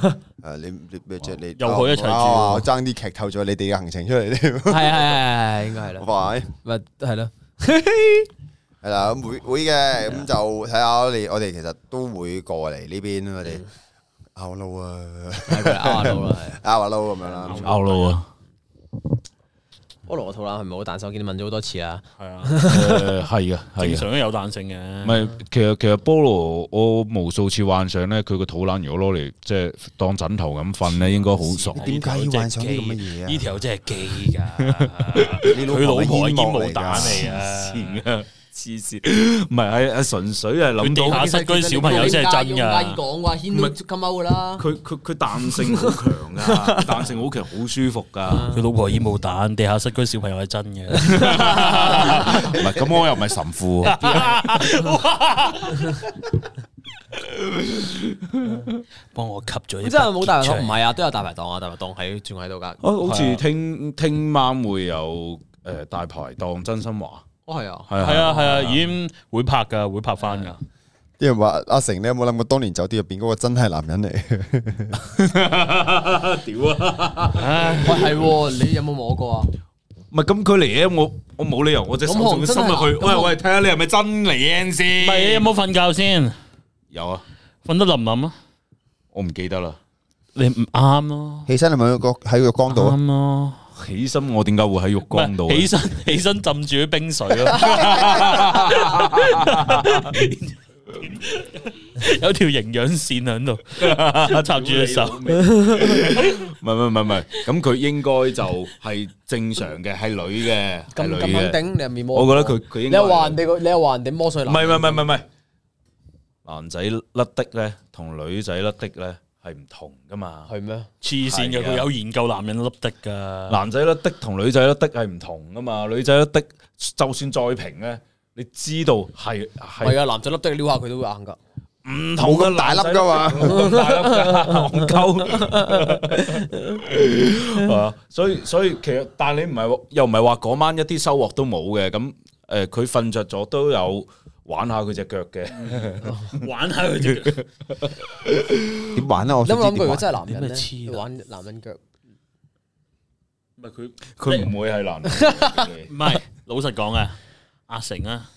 C: 啦。
B: 诶，你你咩啫？你
A: 又可以一齊住
B: 啊我爭啲劇透咗你哋嘅行程出嚟添，
C: 係係係係，應該 係啦。
B: 快
C: 咪係咯，
B: 系啦，咁會會嘅，咁就睇下我哋，我哋其實都會過嚟呢邊，我哋拗路啊，
C: 係佢啱到啦。係
B: 拗下路咁樣啦，
D: out 咯 啊！
C: 菠蘿個肚腩係咪好蛋手？我見你問咗好多次啦。
A: 係啊，
D: 誒係啊，
A: 正
D: 係啊。
A: 常都有彈性
D: 唔
A: 嘅。
D: 係，其實其實菠蘿，我無數次幻想咧，佢個肚腩如果攞嚟即係當枕頭咁瞓咧，應該好爽。
B: 點解要幻想啲咁嘅嘢啊
A: 呢條真係基㗎，
B: 你
A: 佢老婆
B: 係
A: 係
B: 煙
A: 煙
B: 幕
A: 霧
B: 嚟㗎
A: 彈嚟啊！
D: 黐線，唔係係係純粹係諗
A: 佢
D: 到
A: 地下室嗰啲小朋友先係真㗎，
E: 講話牽到金鈎噶啦，
D: 佢佢佢彈性好強 噶，彈性好強，好舒服噶。
A: 佢老婆已冇蛋，地下室嗰啲小朋友係真嘅。
D: 唔係咁，我又唔係啊神 父，
A: 幫我吸咗啲
C: 真係 冇大排
A: 出
C: 檔，
A: 嚟
C: 唔係啊，都有大排檔啊，大排檔喺仲喺度㗎。
D: 哦，好似聽聽晚會有誒大排檔真心話，
C: 哦，係啊，
D: 係
A: 係啊係啊，已經會拍噶，會拍翻噶。
B: 啲人話阿成，你有冇諗過當年酒店入边嗰個真係男人嚟？
A: 唉，
E: 喂係喎，你有冇摸過啊？
D: 唔係咁佢嚟嘅，我我冇理由我隻手
E: 咁可
D: 仲
E: 能
D: 要伸入去，
E: 真係
D: 喂
E: 咁
D: 喂，睇下你係咪啊真嚟
A: 唔係你有
D: 先？
A: 冇瞓覺先？
D: 有啊，
A: 瞓得冧唔冧啊？
D: 我唔記得啦。
A: 你唔啱咯，
B: 起身係咪喺個喺個缸度啊？
A: 啱咯。
D: 起身我點解會喺浴缸度
A: 唔
D: 嘅
A: 係？起身 起身浸住啲冰水 咯。有條營養線喺度，插住隻 手。
D: 唔係唔係唔係，咁佢應該就係正常嘅，係女嘅，係
C: 咁咁
D: 女
C: 肯
D: 嘅。
C: 定你入面摸
D: 我覺
C: 過。
D: 得佢佢應
C: 你
D: 該
C: 又話人哋個，你又話人哋摸水
D: 唔
C: 男。
D: 係唔係唔係唔係，男仔甩的咧同女仔甩的咧係唔同噶嘛。
C: 係咩？
A: 黐線嘅，
D: 係啊
A: 佢有研究男人粒的噶。
D: 男仔甩的同女仔甩的係唔同噶嘛。女仔甩的就算再平咧，你知道係
C: 唔係
D: 係
C: 啊，男仔粒的撩下佢都會硬㗎。
D: 唔同嘅
B: 冇咁大粒㗎嘛
D: 男仔甩得冇咁大粒㗎，戇鳩係啊！所以所以其實，但係你唔係話又唔係話嗰晚一啲收穫都冇嘅，咁誒佢瞓着咗都有玩下佢只腳嘅。
A: 玩下佢隻腳，
B: 點玩啊？我
C: 你有
B: 想
C: 冇
B: 知
C: 諗
B: 點
C: 過如果
B: 玩
C: 真係男人
A: 你咪黐啦
C: 咧，
D: 啊
C: 玩男人腳？
A: 唔係佢
D: 佢唔會係男人嚟
A: 唔係老實講啊，阿成啊，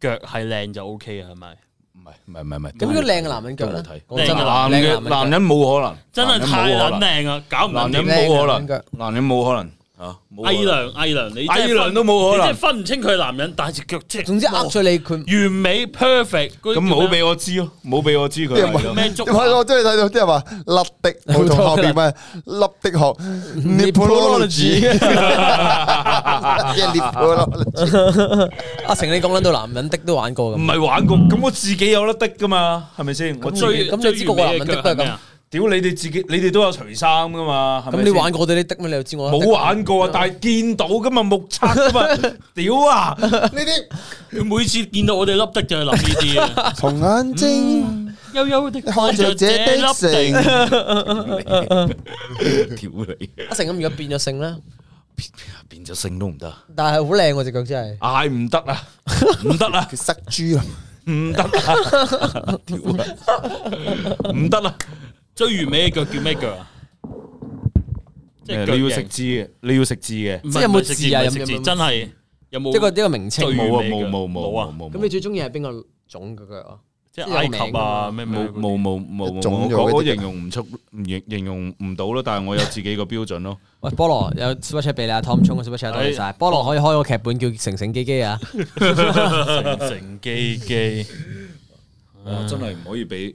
A: 腳係靚就 O K 啊，係
D: 嘅，
A: 咪？
D: 唔係唔係唔係唔係。
C: 咁如果靚嘅男人腳咧，
D: 都
C: 講
D: 冇睇
C: 真
D: 男嘅男人冇可能，
A: 真係太撚
D: 撚
A: 靚啊，搞唔
D: 男
A: 撚
D: 人
A: 掂。
D: 冇可
C: 靚嘅男人
D: 能，男人冇可能啊！冇可
A: 偽
D: 能
A: 娘偽娘，你真係
D: 偽娘
A: 分
D: 都冇可能
A: 你真係分唔清佢係男人，但係隻腳即係
C: 總之呃咗你， 佢
A: 完美 뭐 perfect。 그
D: 咁冇俾我知咯，冇俾我知佢係咯。
A: 咩足
B: 唔係我中意睇到啲人話粒的，我同後邊咪粒的學 n i p o l o g y n i p o l o g y
C: 阿成，你講緊到男人的都玩過
D: 唔
C: 咁。
D: 係玩過，咁我自己有得的噶嘛，係咪先？我自己
A: 最
C: 咁你知個個男人的都係
A: 最完美嘅腳係咩
C: 咁
A: 啊
D: 屌你哋自己，你哋都有除衫噶嘛？係咪
C: 咁你
D: 先
C: 玩過我哋啲的咩？你又知我
D: 冇玩過啊？但係見到噶嘛，目測噶嘛，屌啊！
B: 呢啲
A: 佢每次見到我哋粒的就係諗呢啲啊，
B: 紅眼
D: 嗯
B: 睛
A: 悠悠的
B: 看着這的
A: 粒的
B: 城，
D: 屌你，
C: 阿成咁而家變咗性啦，
D: 變咗性都唔得，
C: 但係好靚喎只腳真係。
D: 嗌唔得啊，唔得啊
B: 佢，塞豬啊！
D: 唔得啊，屌啊，唔得 啊！
A: 最完美嘅腳叫咩腳啊？即係腳
D: 你要
A: 型
D: 食字嘅，你要食字嘅，
A: 唔係
C: 即係有冇
A: 唔係食字
C: 字啊
A: 唔係
C: 有冇
A: 食字
C: 有冇
A: 真係有冇
C: 一個一個名稱。
A: 最
D: 冇啊
A: 完美
D: 冇
A: 嘅
D: 冇
A: 冇啊
D: 冇冇
C: 咁你最中意係邊個種嘅腳啊？
A: 即係
C: 有個
A: 埃
C: 名
A: 及啊咩咩
D: 冇
A: 嗰啲
D: 冇冇冇冇，
B: 種咗
D: 我
B: 嗰
D: 我
B: 啲
D: 形容唔出，唔形形容唔到咯。但係我有自己個標準咯。
C: 喂，菠蘿有 super chat 俾你啊，Tom 冲嘅 super chat 多
E: 哎
C: 謝晒。菠蘿可以開個劇本叫《成成機機》啊，
A: 成 成機機，
D: 哇！真係唔可以俾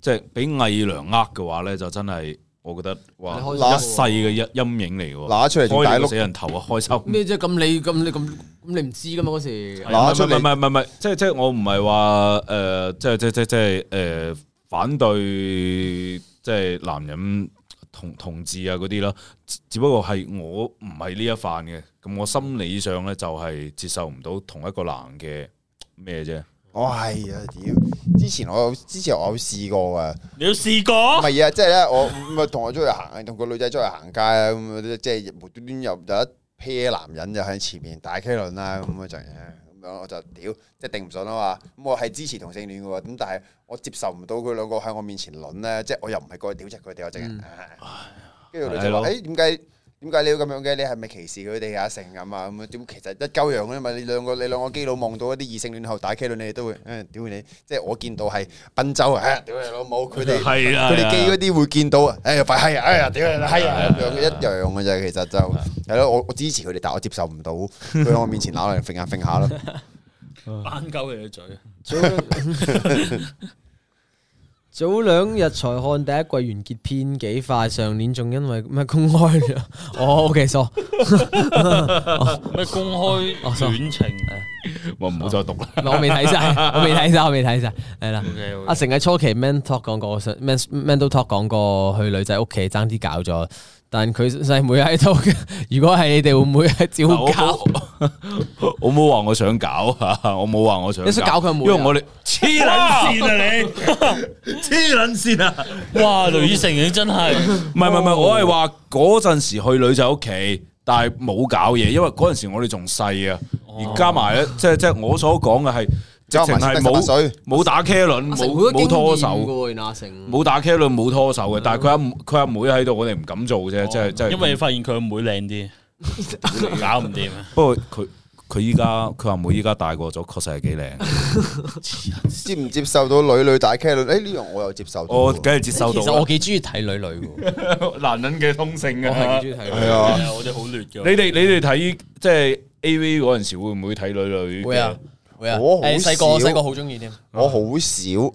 D: 即係俾偽良呃嘅話咧，就真係我覺得哇，
C: 你開
D: 一
C: 心
D: 世嘅一陰影嚟喎。
B: 拿出嚟條大
D: 開你
B: 碌
D: 個死人頭啊！開心。
E: 咩啫？咁你咁你咁咁你唔知噶嘛嗰時
B: 嗱拿出嚟
D: 唔係唔係唔係，即係即係我唔係話誒，即係即係即係即係誒反對即係男人同同志啊嗰啲啦，只只不過係我唔係呢一範嘅，咁我心理上咧就係接受唔到同一個男嘅咩啫。
B: 我係啊，屌！之前我有之前我有試過啊。
A: 你有試過
B: 唔？係啊，即係咧，我咪同我出去行，同個女仔出去行街啊，咁即係無端端有有一 pair 男人就喺前面大 K 輪啦，咁嗰陣咁樣我就屌，即係頂唔順啊嘛。咁我係支持同性戀嘅喎，咁但係我接受唔到佢兩個喺我面前輪咧，即係我又唔係過去屌柒佢哋，我淨係唉跟住個女仔
D: 係咯
B: 話：，誒哎點解？點解你要咁樣嘅？你係咪歧視佢哋啊？成咁啊？咁樣屌，其實一鳩樣啊嘅嘛。你兩個你兩個基佬望到一啲異性戀後打 K 輪，你哋都會誒屌你！即係我見到係賓州啊，唉屌你老母！佢哋
A: 係啊
B: 佢哋寄嗰啲會見到，哎呀快閪啊，哎呀屌你閪啊，咁樣一樣嘅啫。其實就係咯，我我支持佢哋，但我接受唔到佢喺我面前鬧人揈下揈下咯。
A: 扳鳩你嘅嘴，
C: 早兩日才看第一季完結篇幾快，上年仲因為咩公開 咗哦，OK，sorry，
A: 咩公開
C: 哦，sorry
A: 戀情？
D: 我唔好再讀啦。
C: 唔係我未睇晒，我未睇晒，我未睇晒，係啦。
A: OK，OK
C: 阿成喺初期 man talk 講過想，man man talk 講過去女仔屋企爭啲搞咗，但佢細妹喺度。如果係你哋會唔會係
D: 我
C: 照搞？
D: 冇 我冇話我想搞 啊，我冇話我想。
C: 你想搞佢阿妹啊
D: 因為我哋黐
A: 黐撚線啊你，黐撚線啊！哇，女成你真係
D: 唔係唔係唔係，我係話嗰陣時去女仔屋企，但係冇搞嘢，因為嗰陣時我哋仲細啊，
C: 哦
D: 而加埋咧，即係即係我所講嘅係，直
B: 加
D: 情
B: 埋
D: 係
B: 18歲
D: 冇冇打茄輪，
C: 啊
E: 阿
D: 冇
E: 成好多
D: 冇
E: 經
D: 拖
E: 驗
D: 手
E: 嘅。喎，原來阿成。
D: 冇打 K 輪冇拖手
C: 嗯
D: 嘅，但係佢阿佢阿妹喺度，我哋唔敢做
C: 哦
D: 啫，即係即係。
A: 因為發現佢阿妹靚啲，搞唔掂啊！
D: 不過佢佢依家佢阿妹依家大個咗，確實係幾靚，
B: 接唔接受到女女打 K 女？诶，呢樣我又接受到喎。
D: 我梗係接受
C: 其
D: 到
C: 實
D: 啦
C: 我。幾中意睇女女嘅，
D: 男人嘅通性
C: 我係
D: 啊！
C: 幾中意睇女
B: 係
C: 女。
B: 啊，
A: 我哋好劣㗎。
D: 你哋你哋睇即係 A V 嗰陣時會唔會睇女女？哦
C: 會啊，會啊。
B: 我好
C: 誒細個
B: 少
C: 細個好中意添。
B: 我好少。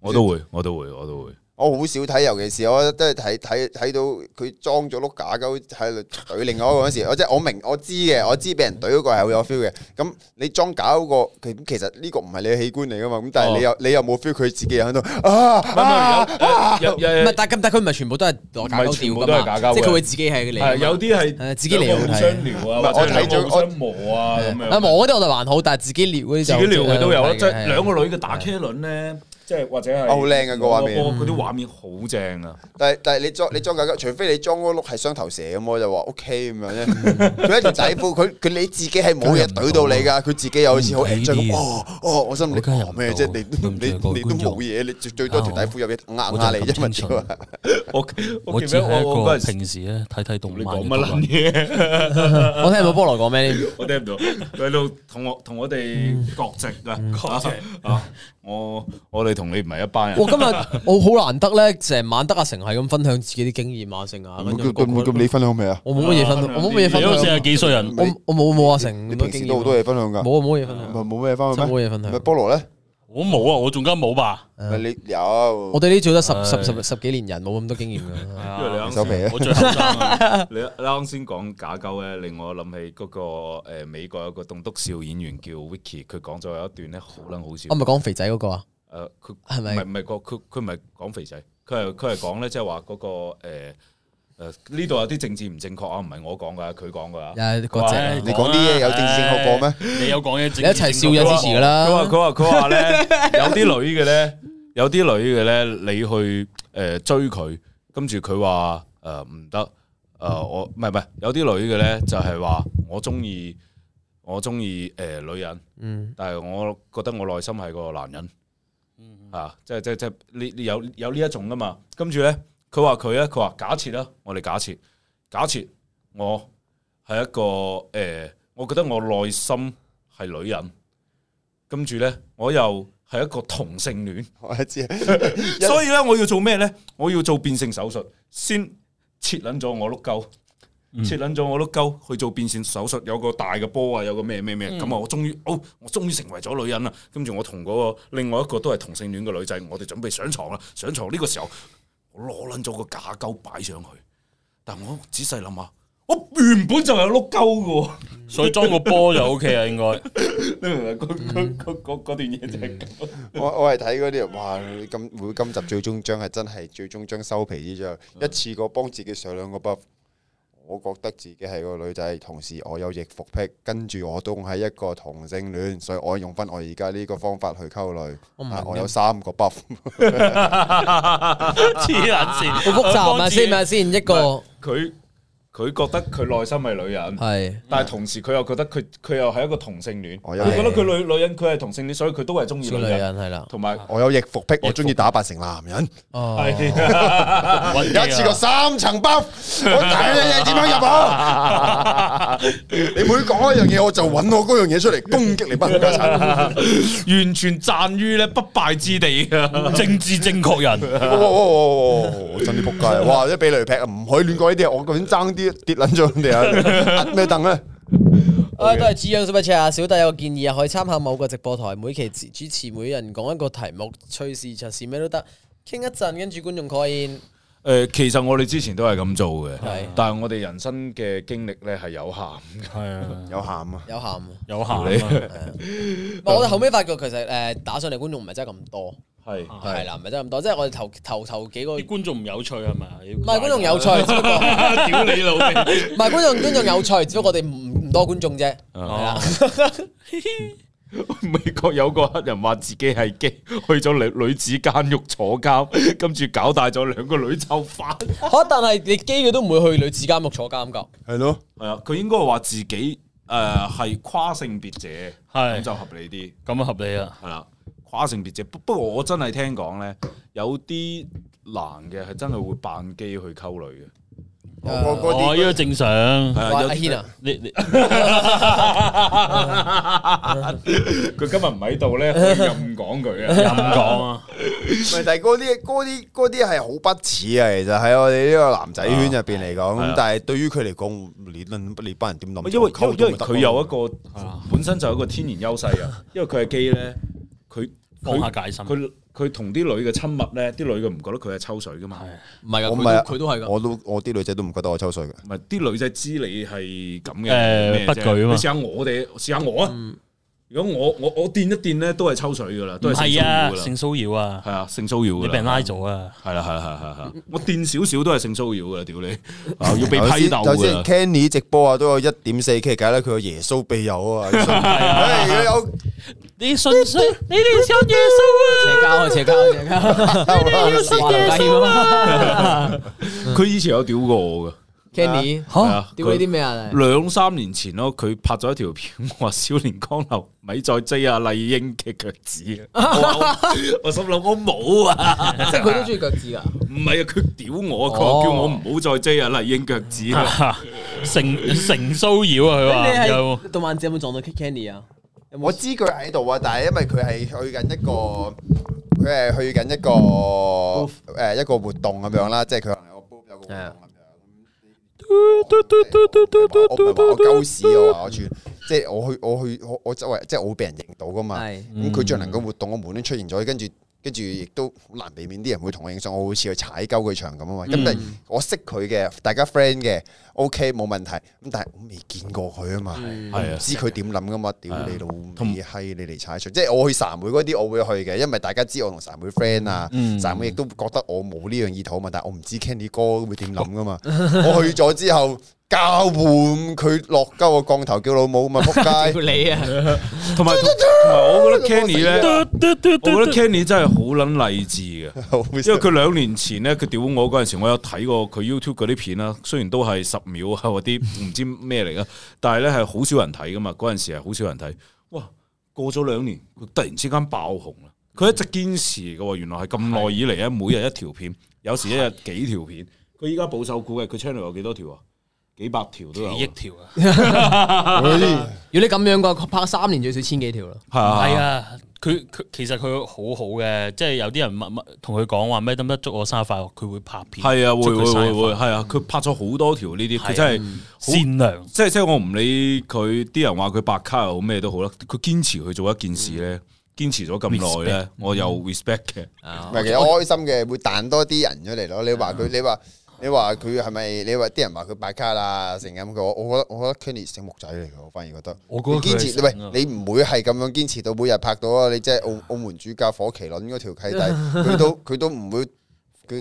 D: 我都會，我都會，我都會。
B: 我好少睇，尤其是我都系睇睇睇到佢裝咗碌假鳩喺度懟另外一個嗰時，我即係我明我知嘅，我知俾人懟嗰個係好有 feel 嘅。咁你裝假嗰個，佢咁其實呢個唔係你嘅器官嚟噶嘛，咁但係你有你又冇 feel，佢自己又喺度啊
D: 唔係
B: 啊！
D: 有呃有
C: 唔
D: 有
C: 係，但係咁，但係佢唔係全部都係攞假
D: 唔係
C: 鳩
D: 全部
C: 吊
D: 都
C: 㗎
D: 係假
C: 嘛，
D: 膠
C: 即係佢
D: 嘅
C: 會自己係啊嚟㗎嘛。
D: 係有啲係
C: 誒自己嚟
D: 兩個
C: 好
D: 互
C: 睇
D: 相聊啊，
B: 唔係
D: 或者
B: 我睇咗
D: 兩個互相磨啊咁
C: 啊，
D: 樣。
C: 我嗰啲我就還好，但係自己撩嗰啲
D: 自
C: 就
D: 己聊嘅都有啦，啊
C: 係啊
D: 即係
C: 係
D: 兩個女嘅打茄輪咧，即係或者係
B: 啊好靚嘅個畫面
D: 我嗰啲畫面好正啊！
B: 但係但係你裝你裝假鳩，除非你裝嗰碌係雙頭蛇咁，我就話 OK 咁樣啫。佢一條底褲，佢佢你自己係冇嘢懟到你㗎，佢自己又好似好
C: 我唔睇
B: enjoy 咁。
C: 呢啲
B: 哦哦，我心諗你
C: 我梗係
B: 講咩啫？
C: 入唔到
B: 你
C: 對唔住
B: 你
C: 各位
B: 你都
C: 觀眾
B: 冇嘢，你最最多條底褲有嘢
C: 我
B: 壓
C: 就係
B: 壓你
C: 咁
B: 啫嘛
C: 清
B: 屌啊！
D: 我
A: 我
D: 我
A: 只
D: 記得
A: 係
D: 我我嗰
A: 一個
D: 陣時
A: 平時咧睇睇動
D: 你
A: 漫
D: 講
A: 嘅
D: 乜撚
A: 人。
D: 嘢？
C: 我聽唔到菠蘿講咩添。
D: 我聽唔到，佢喺度同我同我哋國籍啊，國籍啊，我我哋同你唔係一班人。
C: 我今日我好難得咧，成晚得阿成係咁分享自己啲經驗啊，成啊，跟住個個
B: 分享未啊？
C: 我冇乜嘢分享，我冇乜嘢
A: 你
C: 分
A: 都四
C: 享
A: 十。幾歲人，
C: 我我冇啊冇阿成
B: 你
C: 咁多
B: 平
C: 經
B: 時
C: 驗
B: 都好多嘢分享噶，
C: 冇啊冇嘢分享。
B: 冇咩分享咩？
C: 真冇嘢分享
B: 咪菠蘿咧？
A: 我冇啊，我仲加冇吧。
B: 咪你有
C: 我哋呢組得十
A: 唉
C: 十十十幾年人，冇咁多經驗㗎。
D: 因為你啱
B: 收皮
D: 先
B: 啊？
A: 我最後生啊，
D: 你你啱先講假鳩咧，令我諗起嗰個誒美國有個棟篤笑演員叫 Vicky，佢講咗有一段咧好撚好笑
F: 哦
C: 我。咪講肥仔嗰個啊，
D: 誒，佢
C: 係咪
D: 唔係唔係個佢佢唔係講肥仔，佢係佢係講咧，即係話嗰個誒誒呢度有啲政治唔正確啊，唔係我講㗎，佢講㗎啊。
C: 又係嗰隻啊。
B: 你講啲
A: à?
B: 嘢有政治正確過咩？
A: 你有講嘢政治
C: 你一齊
A: 正
C: 笑
A: 確
C: 就
A: 過
C: 支持㗎啦
D: 佢話佢話佢話咧，有啲女嘅咧，有啲女嘅咧，你去誒、呃追佢，跟住佢話誒唔得，誒、呃我唔係唔係，有啲女嘅咧就係話我中意我中意誒女人，
C: 嗯，
D: 但係我覺得我內心係個男人，啊，即係即係即係呢呢有有呢一種噶嘛，跟住咧佢話佢咧佢話假設啦，我哋假設假設我係一個誒、呃我覺得我內心係女人，跟住咧我又係一個同性戀，
B: 我一知，
D: 所以咧我要做咩咧？我要做變性手術，先切撚咗我碌鳩。切撚咗我碌鳩去做變性手術，有個大嘅波啊，有個咩咩咩，咁啊、我終於，哦，我終於成為咗女人啦。跟住我同嗰個另外一個都係同性戀嘅女仔，我哋準備上床啦。上床呢個時候，我攞撚咗個假鳩擺上去，但我仔細諗下，我原本就有碌鳩嘅喎，
A: 所以裝個波就 OK 啊，應該。
D: 你明唔明？嗰嗰嗰嗰嗰段嘢就係咁。
B: 我我係睇嗰啲，哇！你今每今集最終章係真係最終章收皮之章，一次過幫自己上兩個 buff。我覺得自己係個女仔，同時我有逆服癖，跟住我都係一個同性戀，所以我用翻我而家呢個方法去溝女。
C: 我唔明
B: 啊我
C: 點
B: 有三個 buff，
A: 黐撚線，
C: 啊好複
F: 啊
C: 雜，咪先咪先，一個
D: 佢佢覺得佢內心係女人。
C: 係
D: 但係同時佢又覺得佢佢又係哦一個同性戀，
B: 我
D: 佢
B: 又
D: 覺得佢女女人佢係同性戀，所以佢都係中意
C: 小
D: 女
C: 女
D: 人，
C: 人係啦。
D: 同埋
B: 我有逆服癖，我中意打扮成男人。
C: 哦，
A: 揾
B: 有一次過三層包，我睇你嘢點樣入啊！ 你每講一樣嘢，我就揾我嗰樣嘢出嚟攻擊你不家產。
D: 完全站於咧不敗之地啊嘅。
A: 政治正確人，
B: 哇哇哇哇哇！真啲仆街，哇！一俾雷劈，唔可以亂講呢啲。我究竟爭啲跌撚咗人哋啊！壓咩凳咧？
C: 啊，都係 G Young
F: 哦
C: Super Chat 啊！小弟有個建議啊，可以參考某個直播台，每期主主持每人講一個題目，趣事、實事咩都得，傾一陣，跟住觀眾 call in。
D: 诶、其實我哋之前都係咁做嘅
E: 係，
D: 但係我哋人生嘅經歷咧係有限嘅。
A: 系啊，
B: 有喊啊！
F: 有喊。唔
A: 有限啊，
F: 係我哋後尾發覺其實誒打上嚟觀眾唔係真係咁多，
D: 係
F: 係啦，唔係真係咁多，即係我哋頭頭頭幾個
A: 啲
F: 唔
A: 觀眾唔有趣係咪？唔
F: 係觀眾有趣，只不過
A: 屌你老味！
F: 唔係觀眾觀眾有趣，只不過我哋唔唔多觀眾啫。
C: 啊
A: 哦
D: 美國有個黑人話自己係基，去咗女女子監獄坐監， 跟住搞大咗兩個女囚犯。
F: 嚇！但係你基嘅都唔會去女子監獄坐監㗎，
B: 系咯，
D: 係啊，佢應該話自己诶係跨性別者，
A: 係
D: 咁就合理啲。
A: 咁啊合理啊，
D: 係啦，跨性別者。不不過我真係聽講咧，有啲男嘅係真係會扮基去溝女嘅。
B: 我我嗰
A: 哦，呢
B: 啲
A: 個正常。
D: 係啊
F: 話
D: 有
F: 阿軒啊，
A: 你你
D: 佢今日唔喺 度咧，可以任講佢啊。
A: 咁 講啊，
B: 咪但係嗰啲嗰啲嗰啲係好不恥啊！其實喺我哋呢個男仔圈入邊嚟講，
D: 啊
B: 咁但係對於佢嚟講，你論你班人點諗？
D: 因為因為因為佢有一
B: 個
D: 個本身就有一個天然優勢啊，因為佢係基咧，佢
A: 放下
D: 佢
A: 戒心。
D: 佢佢同啲女嘅親密咧，啲女嘅唔覺得佢係抽水噶嘛，
C: 唔係
B: 我
C: 㗎，
B: 唔
C: 佢
B: 係啊
C: 都佢都係㗎。
B: 我都我啲女仔都唔覺得我抽水嘅。
D: 唔係啲女仔知你係咁嘅，
A: 誒
D: 咩啫
A: 不舉啊嘛
D: 你試下我哋，試下我啊！如果我我我掂一掂咧，都係抽水噶啦，
A: 唔
D: 都係性
A: 係啊，
D: 騷擾
A: 性
D: 噶啦，
A: 騷擾啊，
D: 係啊，性騷擾
A: 你
D: 噶
A: 俾人拉
D: 啦。
A: 咗啊，
D: 係啦，係啦，係啦係啦，係啦我掂少少都係性騷擾噶啦，屌你， 啊要被
B: 頭
D: 批鬥
B: 先頭
D: 噶
B: 先
D: 啦。
B: Kenny 直播啊，都有一點四 K，梗係啦，佢個耶穌庇佑啊，唉佢有
A: 你信唔信？你哋信耶穌
C: 邪 交啊，邪交，邪交，話劉家 謙啊，
A: 嗯
D: 佢以前有屌過我噶，
E: Kenny，
A: 哦
D: 係啊
E: 屌你
D: 佢
E: 啲咩 啊？
D: 兩三年前咯，佢拍咗一條片，話少年江流咪再追阿麗英嘅腳趾 啊！我話我我心諗我冇啊，
E: 即係佢都中意腳趾㗎。
D: 唔係啊，佢屌我，佢
A: 哦
D: 話叫我唔好再追阿麗英腳趾啊！
A: 啊？性性騷擾啊，佢話有
E: 係動漫節有冇撞到 Kenny 啊？
B: 我知佢喺度啊，但係因為佢係去緊一個，佢係去緊一個誒一個活動咁樣啦，即係佢可能有個 group 有個活動咁樣。我唔係話我鳩屎啊！我話我串，即係我去我去我我周圍，即係我會俾人認到噶嘛。
E: 係
B: 咁佢進行個活動，我無端端出現咗，跟住跟住亦都好難避免啲人會同我影相，我好似去踩鳩佢場咁啊嘛。咁但係我識佢嘅，大家 friend 嘅，OK 冇問題。咁但係我未見過佢啊嘛，我
D: 係
B: 唔
D: 啊
B: 知佢點諗噶嘛。屌你老味閪，你嚟踩場，即係我去散會嗰啲我會去嘅，因為大家知我同散會 friend 啊，
D: 嗯
B: 散會亦都覺得我冇呢樣意圖啊嘛。但係我唔知 Candy 哥會點諗 噶嘛。我去咗之後。交換佢落鳩個降頭叫老母嘛，仆 街！
C: 叫你啊，
D: 同埋同同埋，我覺得 Kenny 咧，
A: 嘟嘟
D: 我覺得 Kenny 真係好撚勵志嘅。
B: 好
D: 因為佢兩年前咧，佢屌我嗰陣時，我有睇過佢 YouTube 嗰啲片啦。雖然都係十秒啊， 嗰啲唔知咩嚟噶，但係咧係好少人睇噶嘛。嗰陣時係好少人睇。哇！過咗兩年，佢突然之間爆紅啦。佢一直堅持嘅喎，原來係咁耐以嚟咧，每日一條片，有時一日幾條片。佢依家保守估計，佢 channel 有幾多條啊？幾百條都有啊。
A: 幾億條啊，
E: 如果你咁樣嘅話，拍三年最少千幾條啦。
D: 係啊，
A: 係啊。佢佢其實佢好好嘅，即係有啲人問問同佢講話咩得唔得祝我生日快樂，佢會拍片，
D: 係啊，會
A: 祝
D: 會
A: 佢生日
D: 會會，
A: 快樂
D: 係啊，佢拍咗好多條呢啲，
A: 係啊
D: 佢真係好
A: 善良，
D: 即係即係我唔理佢啲人話佢白卡又好咩都好啦，佢堅持去做一件事咧，堅持咗咁耐咧，我又嗯 respect 嗯啊嘅。
B: 唔係，其實我開心嘅，會彈多啲人出嚟咯。你話
D: 啊
B: 佢，你話你話佢係咪？你話啲人話佢擺卡啦，成咁嘅。我我覺得我覺得 Kenny 醒目仔嚟嘅，我反而覺得。
A: 我覺得
B: 你堅
A: 佢係
B: 持，
A: 醒
B: 喂
A: 啊，
B: 你唔會係咁樣堅持到每日拍到啊！你即係 澳澳門主教火麒麟嗰條契弟，佢都佢都唔會。佢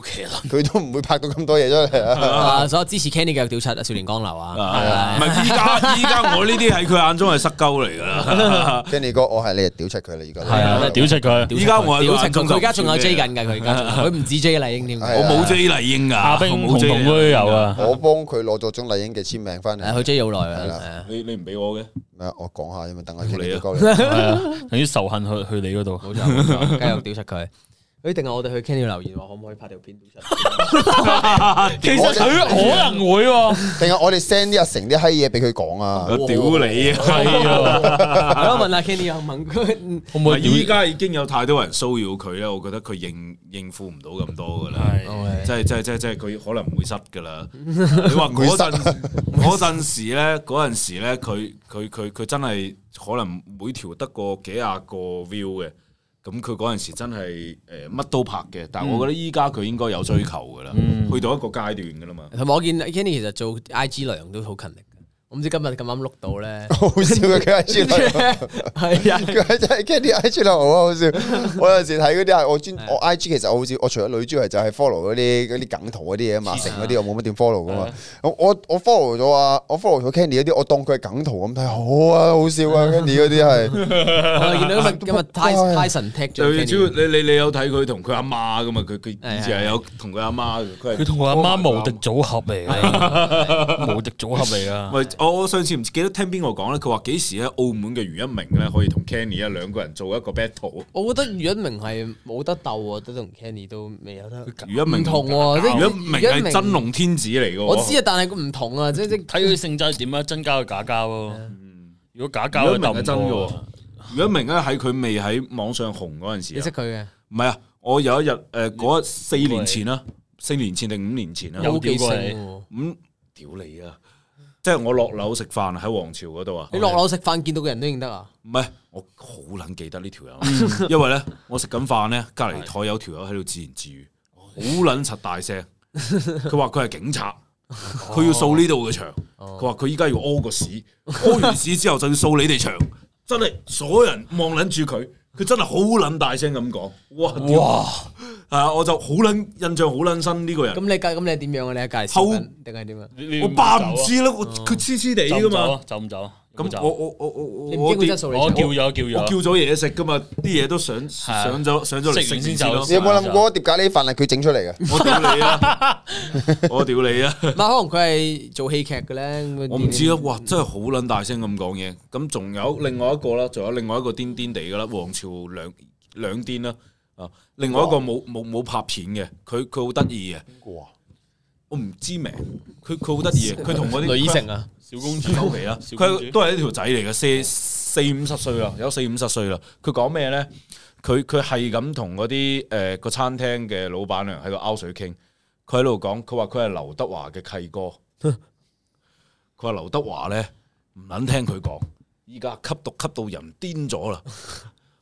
B: 佢都唔會拍到咁多嘢出 嚟啊！
C: 啊，所以支持 Candy 嘅屌柒啊，少年江流啊，
D: 啊唔係依家依家我呢啲喺佢眼中係啊塞鳩嚟㗎啦。
B: Kenny 哥，我係你屌出佢啦，而家
A: 係啊，屌柒佢。
D: 依家我喺
C: 屌
D: 佢
C: 柒
D: 眼
C: 佢，
D: 中
C: 佢
D: 就
C: 而家仲有
D: 唔
C: J
D: 算
C: 緊㗎，佢而家仲佢唔止 J 麗英添，
B: 係
D: 我
B: 啊
C: 我
D: 冇追麗英㗎，
A: 阿冰
D: 我冇
A: 同
D: J
A: 同
D: 麗
A: 都
D: 英
A: 有。啊，
B: 我幫佢攞咗鍾麗英嘅簽名翻嚟
C: 誒，佢 J 咗好耐啦
B: 係啦
C: 係啊，
D: 你你唔俾我 嘅，
B: 咩？我講下，因為等我
D: 你啊
B: Kenny 哥嚟。
A: 係啊，等啲仇恨去去你嗰度。
C: 冇錯冇錯，繼續屌柒佢。
E: 誒，定係我哋去 Kenny 留言話可唔可以拍條片出嚟？
A: 其實佢 可能會喎，
B: 定係我哋 send 啲阿成啲閪嘢俾佢講啊！，
D: 我屌你啊！
A: 係啊，
E: 我問下 Kenny 啊，問佢
A: 可唔可以屌
D: 依家已經有太多人騷擾佢咧，我覺得佢應應付唔到咁多㗎啦。即係即係即係即係佢可能唔會失噶啦。 你話嗰陣嗰陣時咧，嗰陣時咧，佢佢佢佢真係可能每條得個幾廿個 view 嘅，咁佢嗰陣時真係誒乜都拍嘅，但係我覺得依家佢應該有追求噶啦，去到一個階段噶啦嘛。
E: 同埋我見 Kenny 其實做 IG 量都好勤力嘅，我唔知今日咁啱碌到咧
B: 好笑嘅佢 I G
E: 係啊，
B: 佢真係 k e n d y I G 流好好笑。我有時睇嗰啲啊，我專我 I G 其實我好似我除咗女之外，就係 follow 嗰啲嗰啲梗圖嗰啲嘢啊嘛，成嗰啲我冇乜點 follow 噶嘛。我我我 follow 咗啊，我 follow 咗 Candy 嗰啲，我當佢係梗圖咁睇，好啊，好笑啊，Candy 嗰啲係
E: 我見到今日今日 Tyson Tyson tag 咗
D: 最主要
E: Kenny，
D: 你你你有睇佢同佢阿媽噶嘛？佢佢以前係有同佢阿媽嘅，佢係
A: 佢同我阿媽無敵
D: 幫埋佢
A: 組合嚟嘅， 無敵組合嚟啊
D: 阿媽。
A: 噶。
D: 喂，我我上次唔記得聽邊個講咧，佢話幾時咧澳門嘅余一明咧可以同 Kenny 啊兩個人做一個 battle。
E: 我覺得余一明係冇得鬥啊，都同 Kenny 都未有得。
D: 余一明
E: 唔同喎即係
D: 余一明
E: 余一
D: 係
E: 明
D: 真龍天子嚟嘅喎。
E: 我知啊，但係佢唔同啊，即即
A: 睇佢性質係點啊，真交定假交咯。如果假交
D: 余
A: 就
D: 一明
A: 鬥唔
D: 係真嘅
A: 過
D: 喎。余一明咧喺佢未喺網上紅嗰陣時
E: 啊你
D: 啊
E: 識，佢嘅，
D: 唔係啊，我有一日誒嗰四年前啦，四年前定五年前啦，
A: 有
E: 好
A: 屌
E: 記性
A: 過你
E: 喎。
D: 咁屌你啊！即係我落樓食飯喺皇朝嗰度啊，
E: 你落樓食飯見到嘅人都認得啊？
D: 唔係，我好撚記得呢條友， 因為咧我食緊飯咧，隔離台有條友喺度自言自語，好撚柒大聲。佢話佢係警察，佢要掃呢度嘅牆。佢話佢依家要屙個屎，屙完屎之後就要掃你哋牆。真係所有人望撚住佢，佢真係好撚大聲咁講。哇！哇！係啊，我就好撚印象好撚深呢個
E: 咁
D: 人。
E: 你介咁你點樣啊？你喺介
D: 後
E: 紹定係點啊？
A: 你你
D: 我
A: 唔
D: 扮唔
A: 走啊
D: 知啦，我佢黐黐地
A: 走
D: 噶嘛
A: 唔走。啊？走唔走啊？有冇
D: 咁
A: 走
D: 我我我我我
E: 你唔知佢
D: 啲
E: 質素你
A: 我
E: 就
A: 叫咗叫
D: 我
A: 咗，
D: 叫咗嘢食噶嘛，啲嘢都上
A: 啊
D: 上咗上咗嚟
A: 食
D: 先
A: 完先
D: 走
A: 走。
B: 你有冇諗過碟咖喱飯係佢整出嚟嘅？
D: 我屌你啊！ 我屌你啊！
E: 唔係可能佢係做戲劇嘅咧，
D: 我唔知啊啦，哇！真係好撚大聲咁講嘢。咁仲有另外一個啦，仲有另外一個癲癲地嘅啦，王朝兩兩癲啦。啊，另外一個冇冇冇拍片嘅，佢佢好得意嘅。我唔知名，佢佢好得意嘅，佢同嗰啲
E: 女醫生啊，
A: 小公主
D: 收皮啦，
A: 小公
D: 佢
A: 主
D: 都係一條仔嚟嘅，四四五十歲啦，有四五十歲啦。佢講咩咧？佢佢係咁同嗰啲誒個餐廳嘅老闆娘喺度拗水傾，佢喺度講，佢話佢係劉德華嘅契哥，佢話劉德華咧唔撚聽佢講，依家吸毒吸到人癲咗啦。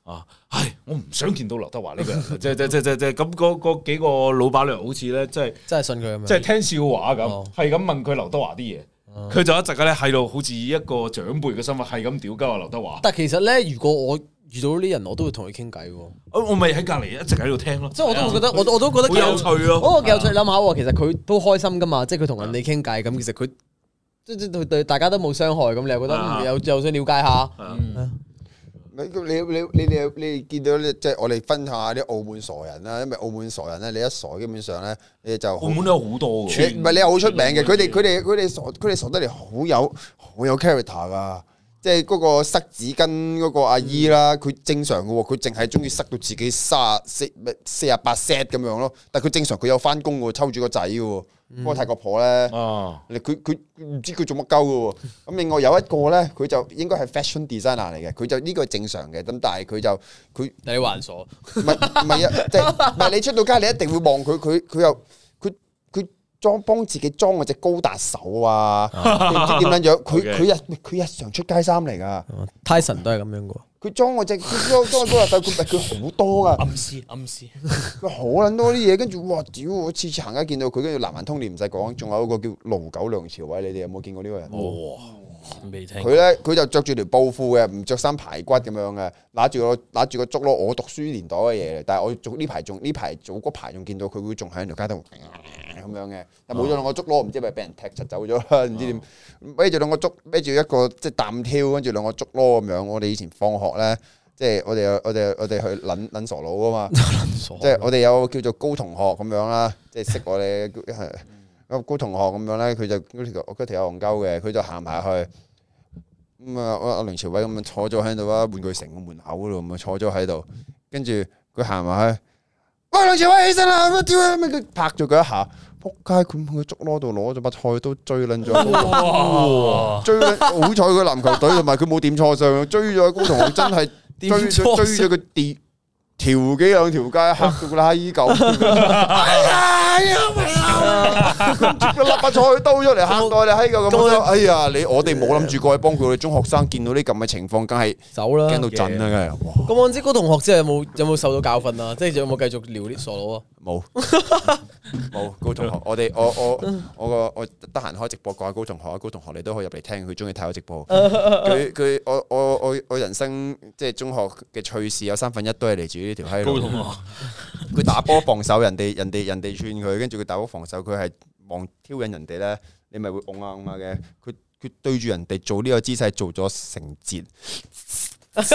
D: 啊！唉，我唔想見到劉德華呢個人，啊即係即係即係即係即係咁嗰嗰幾個老闆娘好似咧，即係
E: 真係信佢咁樣。
D: 即係聽笑話
E: 哦
D: 咁，係咁問佢劉德華啲嘢，佢就一直咧喺度好似一個長輩嘅身份，係咁屌鳩啊劉德華。
E: 但其實咧，如果我遇到呢啲人，我都會同佢傾偈喎。
D: 哦我我咪喺隔離一直喺度聽咯，
E: 即係我都會覺得，我我都覺得
D: 啊好有趣咯。
E: 我覺得幾有趣諗下喎，哦其實佢都開心噶嘛，即係佢同人哋傾偈咁，其實佢即即對對大家都冇傷害，咁你又覺得
D: 啊
E: 嗯又又想了解下。
B: 你你你你你你見到呢即係我哋分享下啲澳門傻人啊啦，因為澳門傻人咧，你一傻基本上咧，你就好
D: 澳門都有好多嘅，
B: 你唔係你係好出名嘅，佢哋佢哋佢哋傻佢哋傻得嚟好有好有 character 噶，即係嗰個塞紙巾嗰個阿姨啦，佢正常嘅喎，佢淨係中意塞到自己三四四廿八 set 咁樣咯，但係佢正常佢有翻工喎，抽住個仔嘅喎，嗰個泰國婆咧。
D: 啊
B: 你佢佢唔知佢做乜鳩嘅喎，咁另外有一個咧，佢就應該係 fashion designer 嚟嘅，佢就呢個係正常嘅，咁但係佢就佢
E: 你還傻？唔
B: 唔係唔係啊，即係唔係你出到街你一定會望佢，佢佢又佢佢裝幫自己裝嗰只高達手啊，唔知點樣樣，佢
D: Okay
B: 佢日佢日常出街衫嚟噶，
E: Tyson 都係咁樣噶。
B: 佢裝嗰隻佢裝裝高達手，佢佢好多噶，
A: 暗示暗示，
B: 佢好撚多啲嘢，跟住哇屌，我次次行街見到佢，跟住南蠻通你唔使講，仲有一個叫盧九梁朝偉，你哋有冇見過呢個人？
D: 哦
A: 未聽過。
B: 佢咧佢就着住條布褲嘅，唔着衫排骨咁樣嘅，揦住個揦住個竹籮。我讀書年代嘅嘢嚟，但係我早呢排仲呢排早嗰排仲見到佢會仲喺條街度咁樣嘅，但冇咗兩個竹籮，唔知係咪俾人踢柒走咗啦，唔知點孭住兩個竹，孭住一個即係擔挑，跟住兩個竹籮咁樣。我哋以前放學咧。即係我哋有我哋我哋去撚 撚傻佬啊嘛，即係我哋有叫做高同學咁樣啦，即係識我哋咁高同學咁樣咧，佢就嗰條嗰條友戇鳩嘅，佢就行埋去。咁啊，我阿梁朝偉咁樣坐咗喺度啊啦，玩具城個門口嗰度咁啊坐咗喺度，跟住佢行埋去，喂梁朝偉起身啦，咁啊屌啊，咁佢拍咗佢一下，仆街佢佢竹籮度攞咗把菜刀追撚咗，
A: 哇！
B: 追撚好彩佢籃球隊同埋佢冇點錯上，追咗高同學真係追咗追咗佢跌。條幾兩條街嚇到佢拉衣狗，哎呀，哎呀，哎呀啊！佢笠把菜刀出嚟嚇到你閪㗎咁樣，哎呀！你我哋冇諗住過去幫佢，我哋中學生見到呢咁嘅情況，梗係
F: 走啦
B: 驚到震
D: 啊
B: 啦，梗係哇
F: 咁我唔知嗰同學之後有冇有冇受到教訓啊？即係有冇繼續撩啲傻佬啊？
B: 冇冇高
A: 嗯
B: 同學，我哋我我我個我得閒開直播講下高同學啊，高同學你都可以入嚟聽，佢中意睇我直 播。佢佢我我我我人生即係中學嘅趣事有三分一都係嚟自於呢條閪
A: 高
B: 路
A: 同。學
B: 佢打波防守，人哋人哋人哋串佢，跟住佢打波防守，佢係望挑引人哋咧，你咪會拱下拱下啊嘅。佢佢對住人哋做呢個姿勢做咗成節， 之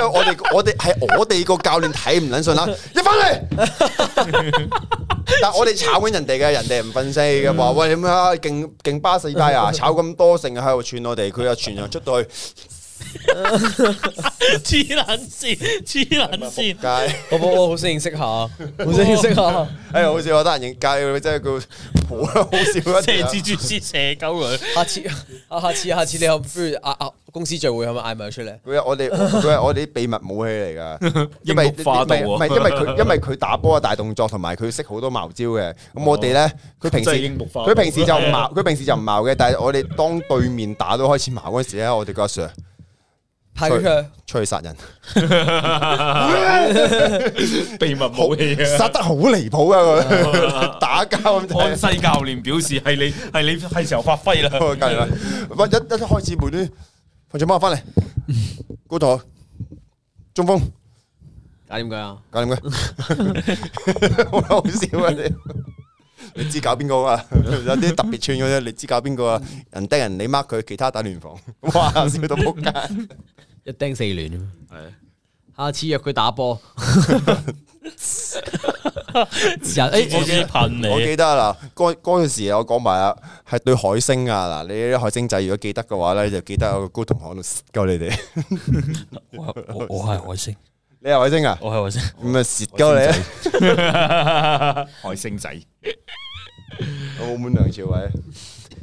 B: 後我哋我哋係我哋個教練睇唔撚順啦， 一翻嚟， 但我哋炒緊人哋嘅，人哋唔憤世嘅
D: 嗯
B: 話，喂你咩啊，勁勁巴世 界啊，炒咁多成日喺度串我哋，佢又全場出到去，
A: 黐撚線，黐撚 線。
B: 街。
F: 我我我好想認識下，好想認識下。
B: 哎呀，好笑啊！得閒影街，真係佢好 好笑啊！
A: 射蜘蛛絲射鳩佢，
F: 下次啊，下次下次你有不如啊啊公司聚會係咪嗌埋佢出嚟？
B: 佢係我哋佢係我哋啲秘密武器 嚟噶，因為
D: 英國化道啊
B: 唔係因為佢因為佢打波啊大動作，同埋佢識好多茅招嘅。咁我哋咧，佢平
D: 真係
B: 時
D: 英國化道
B: 佢平時就唔 茅，佢平時就唔茅嘅。但係我哋當對面打到開始茅嗰陣時咧，我哋個阿 Sir
F: 派佢出去。
B: 出去殺人，
D: 秘密武器啊！
B: 殺得好離譜啊！佢 打交咁就
D: 安
B: 係。
D: 西教練表示係你係你係時候發揮 啦。
B: 我梗係啦，喂一一開始無端，范長幫我翻嚟，高台中鋒。
C: 搞掂佢啊！
B: 搞掂佢， 好好笑啊！你你知搞邊個啊？有啲特別串嗰啲，你知搞邊個啊？人盯人，你 mark 佢，其他打聯防， 哇！笑到仆街，
C: 一釘四聯啊！下次約佢打 波，
A: 蜘蛛
C: 日誒
A: 絲噴
B: 我
A: 你，
B: 記得啦，嗰嗰陣時我講埋啊，係對海星啊嗱，你啲海星仔如果記得嘅話咧，就記得有個高同學喺度 救你哋，
A: 我我我係海星，
B: 你係海星啊？
A: 我係海星，
B: 咁啊，蝕鳩你啊！
D: 海星仔，
B: 澳門梁朝偉，
C: 我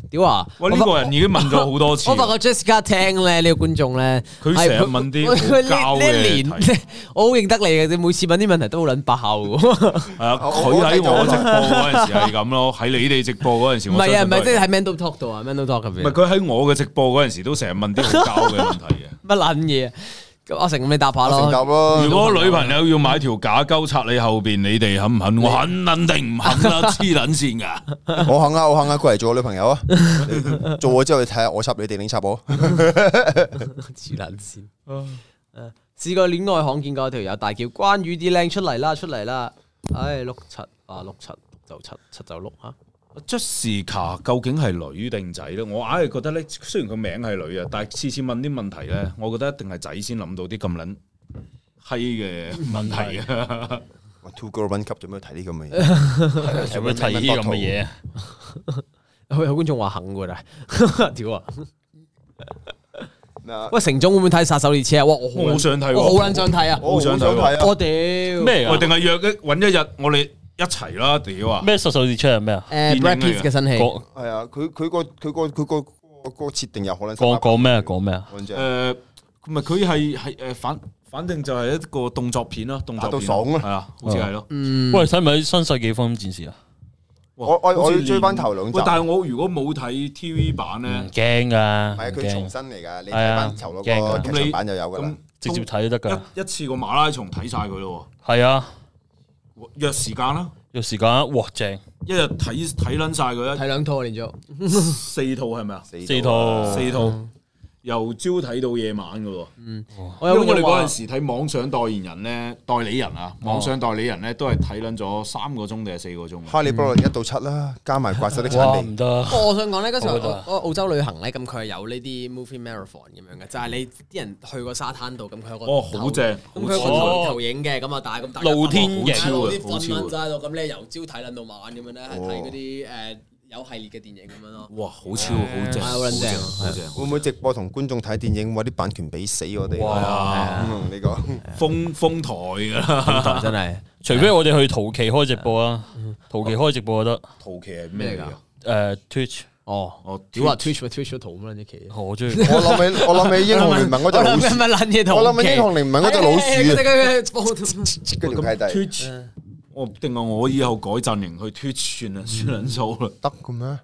C: 屌啊！
D: 喂呢個人已經問咗好多次
C: 我。發覺 Jessica 聽咧呢個觀眾咧，
D: 佢
C: 係
D: 成日問啲
C: 佢佢
D: 好膠
C: 呢
D: 嘅
C: 呢一年
D: 題，
C: 我好認得你嘅，你每次問啲問題都好撚爆嘅。
D: 係啊，
B: 我
D: 佢喺我直播嗰陣時係咁咯，喺你哋直播嗰陣時，
C: 唔
D: 我
C: 係啊，
D: 相信
C: 唔
D: 都
C: 係
D: 係
C: 即係喺 Mandal Talk 度啊，Mandal Talk
B: Dạ.
C: 入
D: 唔係
C: 邊
D: 佢喺我嘅直播嗰陣時都成日問啲好膠嘅問 題嘅。
C: 乜撚嘢？咁阿成咁你答下
B: 成
C: 咯
B: 答。咯
D: 如。果女朋友要買條假鳩插你後邊，你哋肯唔肯？我肯肯定唔肯啦，黐撚線 噶。
B: 我肯啊，我肯啊，過嚟做我女朋 友啊！你做咗之後，你睇下我插你哋，你插我。
C: 黐撚線。
D: 哦
C: 誒試過戀愛巷見過條友大叫關羽啲靚出嚟啦，出嚟啦！唉，碌柒啊，碌柒就柒，柒就啊碌嚇。
D: Jessica 究竟係女定仔咧？我硬係覺得咧，雖然佢名係女啊，但係次次問啲問題咧，我覺得一定係仔先諗到啲咁撚閪嘅問題啊！
B: 哇 Two Girl One Cup 做咩睇呢咁嘅嘢？
A: 做咩睇呢啲咁嘅嘢？
C: 有有觀眾話肯㗎啦，但係 屌啊！
B: 嗱
C: 喂，成總會唔會睇殺手列車啊？哇，我
D: 我好
C: 撚
D: 想睇喎
C: 我好撚想睇啊！
B: 我好想睇啊！
C: 我屌咩？
A: 咩
D: 我
A: 啊？
D: 定係約一揾一日，我哋一齊啦！屌啊！
A: 咩十手指出係咩啊？
C: 誒
D: 電影
C: b r a d
D: 嚟
C: Pitt
D: 嘅
C: 嘅新戲
A: 講
B: 係啊，佢佢個佢個佢個個個設定有可能
A: 講講咩啊？講咩啊？
B: 講
D: 誒、
B: 啫，
D: 唔係佢係係誒反，反正就係一個動作片啦，動作片
B: 打到爽啊
D: 係啊，好似係咯。
A: 喂，使唔使新世紀福音戰士啊？
D: 哇
B: 我我
D: 好似
B: 我要
D: 連
B: 追返頭兩集
D: 喂但係我如果冇睇 TV 版咧
A: 唔，驚噶，
B: 唔係
A: 唔
B: 佢重
A: 驚，
B: 新嚟㗎，你睇
A: 係啊
B: 翻頭
A: 驚
B: 嗰
A: 㗎
B: 個劇場版就有㗎啦
D: 咁。
A: 直接睇都得噶。
D: 一一次過馬拉松睇晒佢咯
A: 係啊，
D: 喎，約時間啦，
A: 有時間啊哇正，
D: 一日睇睇撚晒佢啦，
C: 睇兩套啊，連續
D: 四套係咪啊？
A: 四套
D: 四套，由朝睇到夜晚噶喎。
C: 我
D: 因為
C: 有
D: 我
C: 觀
D: 哋
C: 眾
D: 嗰
C: 話
D: 陣時睇網上代言人咧，代理人啊，網上代理人咧都係睇撚咗三個鐘定係四個鐘啊。
B: 哈利波特一到七啦，加埋怪獸的
A: 哇
B: 產
A: 唔
B: 地，
A: 得，
C: 哦
F: 我想講咧，嗰時候
A: 我覺得
F: 我我澳洲旅行咧，咁佢係有呢啲 movie marathon 咁樣嘅，就係你啲人去個沙灘度，咁佢有個
D: 哦好正
F: 投咁佢有個
A: 好
C: 哦
F: 投
A: 超
F: 投影嘅，咁啊，但係咁大家
A: 露天
D: 好
A: 型
D: 超嘅
F: 露
C: 啊
F: 天
D: 好
F: 瞓
D: 超
F: 瞓
D: 嘅
F: 晒到，咁你由朝睇撚到晚咁樣咧，係睇
B: 哦
F: 嗰啲
C: 呃
F: 誒有系列嘅電影咁樣咯。
D: 哇，好超好正，
C: 係好
D: 好
C: 撚正
D: 正，好正。
B: 會唔會直播同觀眾睇電影？哇！啲版權俾死我哋。
D: 哇
B: 嗯！你講
D: 封封台噶啦，
C: 真係
A: 除非我哋去陶奇開直播啊，陶奇開直播就得。
D: 圖奇係咩嚟噶？
A: 誒 Twitch，
C: 哦，
D: 哦
C: 屌啊！Twitch 咪 Twitch 咗圖咁樣啲奇。
A: 我中意。
B: 我諗起我諗起英雄聯盟嗰隻老
C: 我 諗緊
B: 鼠，
C: 乜撚嘢圖？
B: 我諗起英雄聯盟嗰隻老
F: 哎哎哎
B: 鼠啊
F: 佢哋佢哋佢哋
B: 啊，嗰條契弟。
D: Twitch，我定係我以後改陣型去 Twitch 算啦，算撚數啦。
B: 得嘅咩？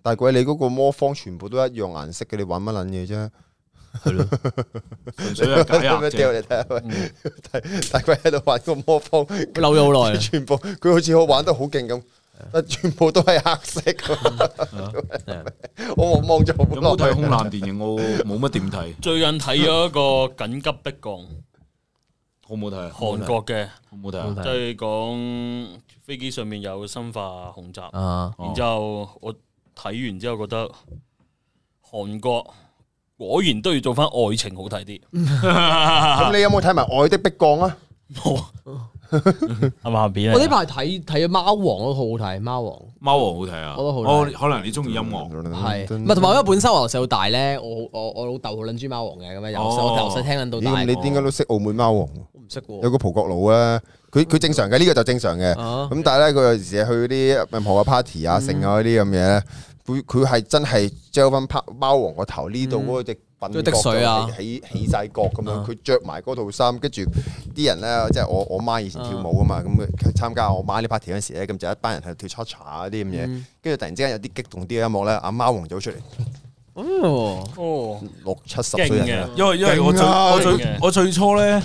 B: 大鬼，你嗰個魔方全部都一樣顏色嘅，你玩乜撚嘢啫？
D: 純粹係解壓
B: 咁樣掉
D: 啫。嗯
B: 嚟睇下喂， 大大鬼喺度玩個魔方，
C: 扭咗好耐。
B: 全部佢好似好玩得好勁咁，但全部都係黑色㗎。 我望望咗好
D: 有冇睇
B: 耐
D: 空難電影？我 冇乜點睇，
A: 最近睇咗一個緊急迫降，
D: 好唔好睇
B: 嗯
D: 啊？
A: 韓國嘅，
D: 好唔好睇啊？
A: 即係講飛機上面有生化恐襲。
C: 啊，
B: 哦
A: 然之後我睇完之後覺得韓國果然都要做翻愛情好睇啲，
B: 咁你有冇睇埋《愛的迫降》啊？
A: 係咪鹹片
C: 我呢
A: 嚟？
C: 排睇睇《貓王》都好好睇，《貓王》
D: 貓王好睇啊！
C: 我都好
D: 哦，
C: 睇
D: 可能你中意音
B: 啊
D: 樂，
B: 嗯
C: 係，唔係同埋我因為本身我由細到大咧，我我我老豆好撚豬貓王嘅咁樣，由細
D: 哦
C: 我由細聽撚到
B: 咦，咁
C: 大，
B: 你點解都識澳門貓王？
C: 我唔識
B: 有
C: 喎。
B: 個葡國佬啊，佢佢正常嘅，呢個就正常嘅。
C: 啊
B: 咁但係咧，佢有時去啲任何嘅 party 啊、剩啊嗰啲咁嘢咧，佢佢係真係 gel 翻貓貓王個頭呢度嗰隻鬢
C: 都滴水啊
B: 起起晒角咁樣，佢着埋嗰套衫，跟住啲人咧，即係我我媽以前跳舞啊嘛，咁佢參加我媽呢 party 嗰陣時咧，咁就一班人喺度跳 cha cha 嗰啲咁嘢，跟住突然之間有啲激動啲嘅音樂咧，阿貓王走出嚟，
C: 哦，
A: 哦，
B: 六七十
A: 勁
B: 歲人
A: 嘅
B: 啊，
D: 因為因為我最
B: 勁啊
D: 我最
A: 勁
D: 我最初咧，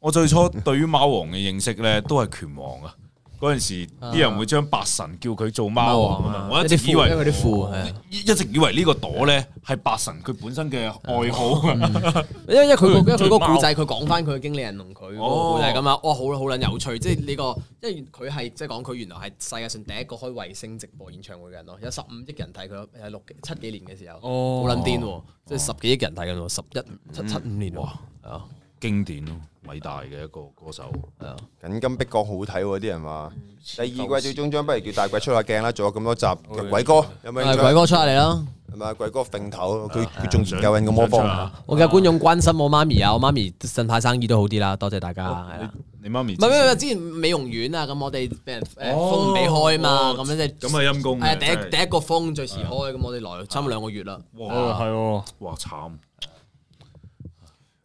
D: 我最初對於貓王嘅認識咧，都係拳王啊。嗰陣時啲人會將八神叫佢做貓王啊嘛，我一直以為
C: 因為啲褲係啊，
D: 一一直以為呢個朵咧係八神佢本身嘅愛好啊。
C: 因為因為佢個因為佢
A: 最
C: 個
A: 貓
C: 故仔，佢講翻佢嘅經理人同佢
D: 哦
C: 個故仔咁啊，哇，好好撚有趣，即係呢個，因為佢係即係講佢原來係世界上第一個開衛星直播演唱會嘅人咯，有十五億人睇佢係六七幾年嘅時候，
A: 哦
C: 好撚癲喎，即係十幾億人睇緊喎，十一
D: 嗯
C: 七七五年喎，係啊，
D: 經典咯，偉大嘅一個歌手。
C: 係啊。
B: 緊金逼角好睇喎，啲人話。第二季最終章不如叫大鬼出下鏡啦，做咗咁多集，鬼哥有冇興
C: 係
B: 趣
C: 鬼哥出嚟啦！
B: 係咪啊？鬼哥揈頭，佢佢仲研究緊個魔
D: 想出
B: 方
D: 啊。
C: 我嘅觀眾關心我媽咪啊，我媽咪近排生意都好啲啦，多謝大家。係啦，
D: 哦你媽咪
C: 唔係唔係，之前美容院啊，咁我哋俾人誒
D: 哦
C: 封唔俾開嘛，
D: 哦
C: 咁樣即
D: 咁啊陰公嘅
C: 係第
D: 真係啊
C: 一第一個封最遲開，咁我哋來差唔多兩個月啦。
A: 哦
D: 哇
A: 係喎，
D: 哇慘！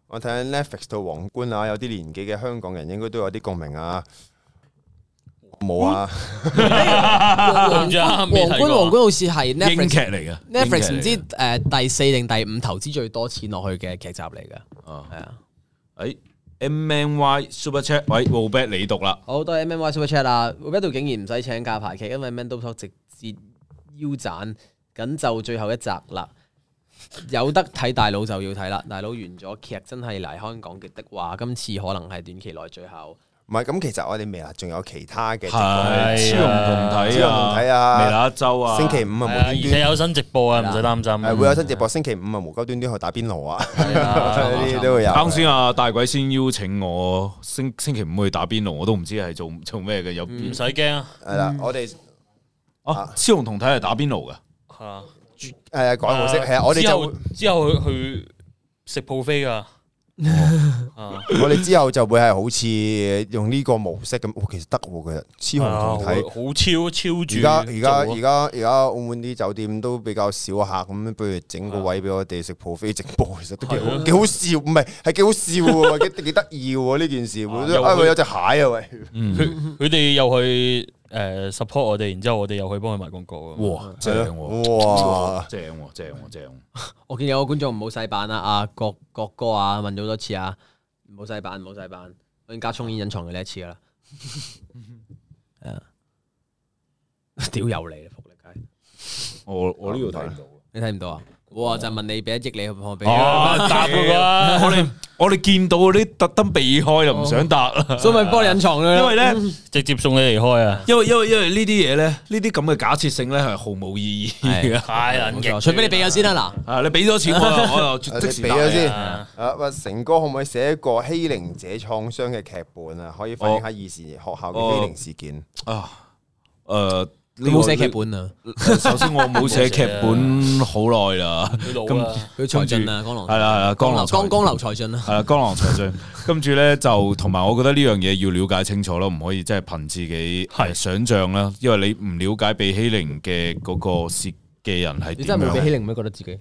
B: 我睇緊 Netflix 套《皇冠》啊，有啲年紀嘅香港人應該都有啲共鳴啊。冇啊，
A: 唔知啊，
C: 皇
A: 未睇
C: 冠
A: 過
C: 皇冠好似係
D: 英劇
C: Netflix
D: 嚟嘅
C: Netflix 唔知
D: 誒
C: 誒第四定第五投資最多錢落去嘅劇集嚟嘅，
D: 哦
C: 係啊。
D: 誒哎 M N Y Super Chat，喂 w o b e t 你讀啦，
C: 好多謝 M M Y Super Chat 啊 r o b e 竟然唔使請假排期，因為 Man Do Talk 直接腰斬，緊就最後一集啦。有得睇大佬就要睇啦，大佬完咗劇真係嚟香港嘅的話，今次可能係短期內 最後。
B: 唔係咁，其實我哋未來仲有其他嘅。
A: 係
D: 超
A: 啊
D: 紅同體啊，
B: 超紅同體啊
D: 微辣一周啊，
B: 星期五
A: 係
B: 啊，
A: 啊，而
B: 無端
A: 且
B: 端
A: 有新直播啊，唔使擔心。
B: 誒會有新直播。星期五啊，無鳩端端去打邊爐啊，呢啲都會有。
D: 啱先啊，大鬼先邀請我星星期五去打邊爐，我都唔知係做做咩嘅，有
A: 唔使驚啊，
B: 係啦，我哋
D: 嗯啊超紅同體係打邊爐嘅，
A: 係啊，
B: 誒改模式係啊，我哋
A: 之
B: 就
A: 後之後去去食 buffet 噶，啊
B: 我哋之後就會係好似用呢個模式咁，哦其實得喎，
A: 係
B: 其實雌
A: 啊
B: 雄
A: 好
B: 同體。
A: 好超超住
B: 而
A: 做
B: 家
A: 啊。
B: 而家而家而家澳門啲酒店都比較少客，咁不如整個位俾我哋食 buffet 直播，其實都幾好幾好笑，唔係係幾好笑喎，幾幾得意喎呢件事。
A: 啊
B: 會都
A: 又
B: 啊
A: 會
B: 喂有隻蟹啊喂，
A: 佢佢哋又去誒 support 我哋，然之後我哋又去幫佢賣廣告啊。
D: 哇正喎，
B: 哇！
D: 正喎正喎正
C: 我見有個觀眾唔好細版啦，啊國國歌啊問咗好多次啊，唔好細版唔好細版，我已經加充已經隱藏佢呢一次㗎啦。係
D: 嗯
C: 啊，屌又嚟啦，仆你街！
D: 喎，我我呢度睇唔到。
C: 你睇唔到啊？哇！就問你俾一億你，可唔可以俾？
A: 哦，答嗰個啊
D: 我哋我哋見到嗰啲特登避開就唔想答啦，
C: 所以咪幫你隱藏啦。
D: 因為咧，
A: 直接送你離開啊！
D: 因為因為因為呢啲嘢咧，呢啲咁嘅假設性咧係毫無意義嘅。
A: 太撚
C: 冇錯
A: 勁，
C: 除非你俾咗先啦。
D: 啊，你俾咗錢我啦，我又即
B: 啊
D: 即時
B: 你俾
D: 答你
B: 咗先
A: 啊
B: 啊！喂，成哥可唔可以寫一個欺凌者創傷嘅劇本啊？可以反映下以前學校嘅欺凌事件。
D: 啊。誒，
C: 嗱，
D: 你
C: 你冇寫劇。本啊？
D: 首先我冇寫劇本好耐啦，
A: 佢老
D: 咁
A: 啊
C: 佢才俊啊，江郎
D: 係啦係啦，江
C: 流
D: 郎
C: 江
D: 才
C: 江流才俊啊。
D: 係啦，江郎才盡。跟住咧就同埋，我覺得呢樣嘢要了解清楚咯，唔可以即係憑自己
A: 係
D: 呃想像啦，因為你唔了解被欺凌嘅嗰個事嘅人係點樣。啊
C: 凌咩？覺得自己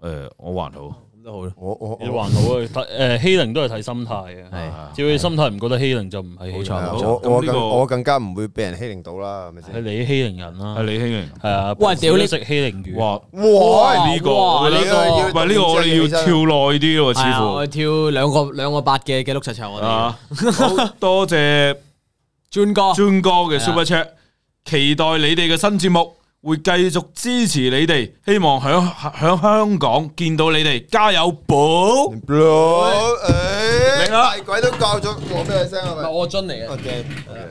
D: 誒，我還好。
E: 都好咯。
B: 我我
A: 你
B: 我
A: 還好啊，睇诶欺凌都係睇心態嘅，只要你心態唔覺得欺凌就唔係欺凌，啊
E: 冇錯
B: 我
D: 咁
B: 我
D: 呢
B: 更
D: 個
B: 我更加唔會俾人欺凌到啦，係咪
A: 係
B: 先？
A: 你欺凌人啦，
D: 李興
A: 係啊，
E: 喂屌你
A: 食欺凌魚，
D: 哇！
B: 哇！
D: 呢個
E: 哇
D: 我覺
B: 呢個
D: 得唔
B: 要
D: 係呢個，我哋要跳耐啲喎，
E: 係啊我
D: 似
E: 跳兩個兩個八嘅嘅碌柒柒，我
D: 乎
E: 哋
D: 啊！好多謝
E: 專哥
D: 尊哥嘅 Super Chat，期待你哋嘅新節目，會繼續支持你哋，希望響響香港見到你哋，加油，寶！
B: Bro，誒
D: 明啦
B: 大鬼都教咗我咩聲係咪？
E: 我樽嚟嘅，
B: 我驚。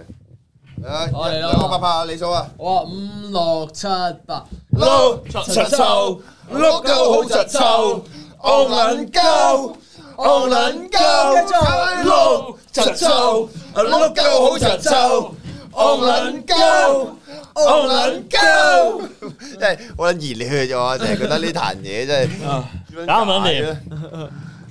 B: 啊！
E: 我嚟啦
B: 兩個拍拍啊，你數啊！
E: 我話五六七八，
B: 碌
E: 柒臭
B: 碌鳩好柒臭，戇撚鳩，戇撚鳩，碌柒臭，碌鳩好柒臭，戇撚鳩，戇撚鳩。真係好撚熱烈咗啊！成日覺得呢壇嘢真
D: Ờ,
B: 係
A: 搞唔撚掂。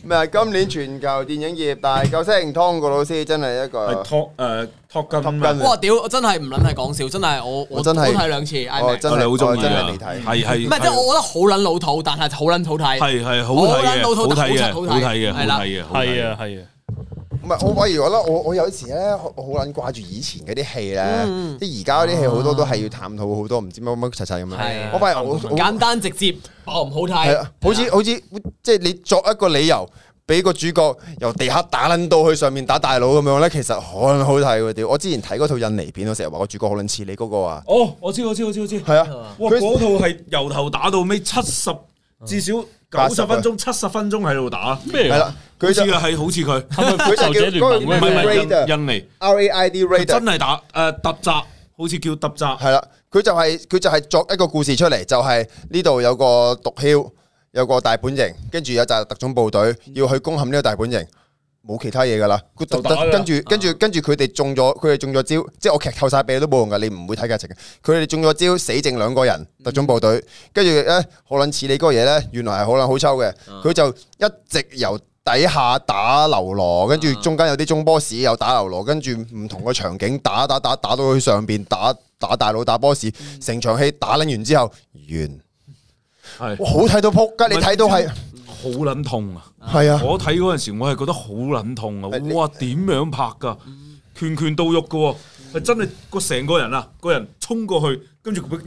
B: 咩啊？今年全球電影業大救星，湯個老師真係一個
D: 係托誒托金
B: 金
D: 啊，
E: 哇屌！我真係唔撚係講笑，真係我
B: 我真係
E: 睇兩次
B: 我
E: IMAX，
B: 真
D: 我
B: 係
D: 哋好中
B: 我
D: 意
B: 真係
D: 啊
B: 未，睇。
D: 係係
E: 唔係即係我覺得好撚老土，但係好撚好睇。
D: 係係好
E: 好
D: 睇
E: 撚
D: 嘅，
E: 老
D: 好
E: 土
D: 睇嘅，
E: 但
D: 好
E: 好
D: 睇
E: 出好睇
D: 嘅，好
E: 係啦
D: 睇嘅，好睇嘅
A: 係啊係啊，
B: 唔係，我反而覺得我我有時咧，我好撚掛住以前嗰啲戲咧，即係而家嗰啲戲好多都係要探討好多唔知乜乜柒柒咁樣。我反而我我
E: 簡單直接，爆唔好
B: 係
E: 睇
B: 啊，，好似好似即係你作一個理由，俾個主角由地下打撚到去上面打大佬咁樣咧，其實好撚好睇喎屌！我之前睇嗰套印尼片，我成日話個主角好撚似你嗰個啊，
D: 哦，我知我知我知我知，
B: 係啊，
D: 哇！嗰套係由頭打到尾七十，至少
B: 啊
D: 九十分鐘、七十分鐘喺度打，
A: 咩
B: 係
A: 啊？
B: 啦，
D: 佢似
B: 佢就
D: 嘅係好似佢，唔
A: 係咪復
B: 佢
A: 仇者
B: 就
A: 聯
B: 叫
A: 盟
D: 係
A: 咩
D: 唔？係
B: ，Raider
D: 印印尼，
B: R A I D
D: 佢
B: Raider
D: 真係打誒突襲，好似叫突襲，
B: 係啦，佢就係佢就係作一個故事出嚟，就係呢度有個毒枭，有個大本營，跟住有扎特種部隊要去攻陷呢個大本營，冇其他嘢噶啦。佢
D: 就打㗎啦
B: 跟住跟住跟住佢哋中咗，佢哋中咗招，即係我劇透晒俾你都冇用噶，你唔會睇劇情嘅。佢哋中咗招，死剩兩個人，
D: 嗯
B: 特種部隊，跟住咧好撚似你嗰個嘢咧，原來係好撚好抽嘅，佢就一直由。底下打流羅，跟住中間有啲中 boss 又打流羅，跟住唔同嘅場景打打打打到去上邊打打大佬打 boss，成場戲打撚完之後完。
D: 係
B: 哇好睇到扑街，你睇到係
D: 好撚痛啊！
B: 係啊，
D: 我睇嗰陣時，我係覺得好撚痛啊！
B: 係
D: 哇，點樣拍㗎？拳拳到肉嘅喎，係真係個成個人啊，個人衝過去，跟住佢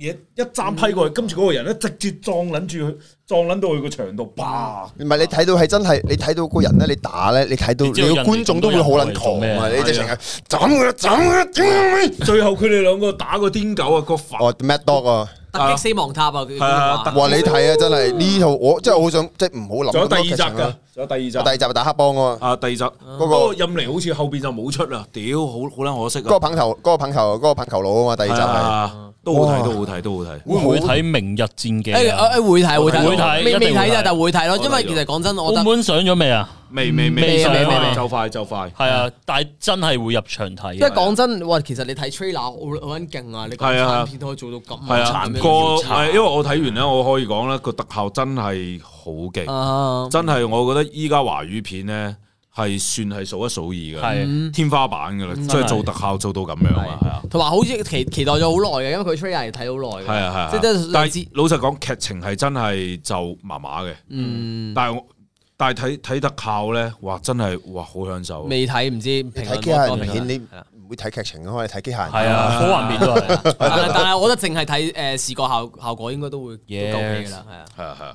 D: 一嘢一斬批過去，跟住嗰個人咧直接撞撚住佢，撞撚到佢個牆度， 啪！
B: 唔係你睇到係真係，你睇到個人咧，你打咧，你睇到你
A: 你知道
B: 個觀眾都會好撚狂
A: 人哋
B: 啊！
A: 做
B: 你直情係斬佢啦，斬佢啦，屌你！
D: 最後佢哋兩個打個癲狗啊，個反
B: 哦，Mad Dog 啊，
E: 突擊死亡塔啊！佢
D: 係啊
E: 話
D: 突
B: 哇！你睇啊，真係呢套我真係好想，即係唔好諗
D: 仲有
B: 咁
D: 第
B: 多
D: 二
B: 劇
D: 集
B: 情
D: 㗎
B: 啊！，
D: 仲有第二集
B: 第。二集就打黑幫啊嘛，
D: 啊，第二集嗰
B: 個
D: 個任嚟好似後邊就冇出啦，屌，好好撚可惜
B: 嗰個
D: 啊！
B: 棒頭，嗰個棒頭，嗰個棒球佬啊嘛，第二集係。
D: 啊，都好睇，
B: 哇
D: 都好睇，都好睇。
A: 會唔會睇《明日戰記》
E: 誒
A: 啊？
E: 誒會睇會睇
A: 會睇
E: 未
A: 一
E: 未
A: 定會
E: 睇
A: 睇
E: 啫，但會睇咯，因為
D: 我睇咗
E: 其實講真，我覺得
A: 澳門上咗未啊？
D: 未未
A: 未
D: 未
A: 上
D: 未
A: 啊
D: 就快就快。
A: 係啊，但係真係會入場睇嘅。啊
E: 即係講真，哇！其實你睇 trailer 好好撚勁啊！你港
D: 係啊
E: 產片都可以做到咁
D: 係啊，
E: 殘
D: 個係因為我睇完咧，我可以講咧個特效真係好勁，
E: 啊，
D: 真係我覺得依家華語片咧係算係數一數二嘅，
A: 係啊
D: 天花板㗎啦，即係做特效做到咁樣啊，係啊。
E: 同埋好似期期待咗好耐嘅，因為佢 trailer 係睇好耐嘅，
D: 系啊
E: 即
D: 系，
E: 係都
D: 但
E: 兩
D: 係
E: 支
D: 老實講，劇情係真係就麻麻嘅。嗯，但係我但係睇睇特效咧，哇，真係哇好享受。啊
E: 未睇唔知評
B: 睇
E: 論
C: 啊
B: 機械
E: 多
B: 人
E: 唔多
B: 明顯
E: 評論
B: 你唔會睇劇情啊嘛，你睇機械人。
A: 係啊，科幻片都係。
E: 但係但係我覺得淨係睇誒視覺效效果應該都會都夠戲
A: Yes
E: 㗎啦，係啊。
D: 係啊係啊，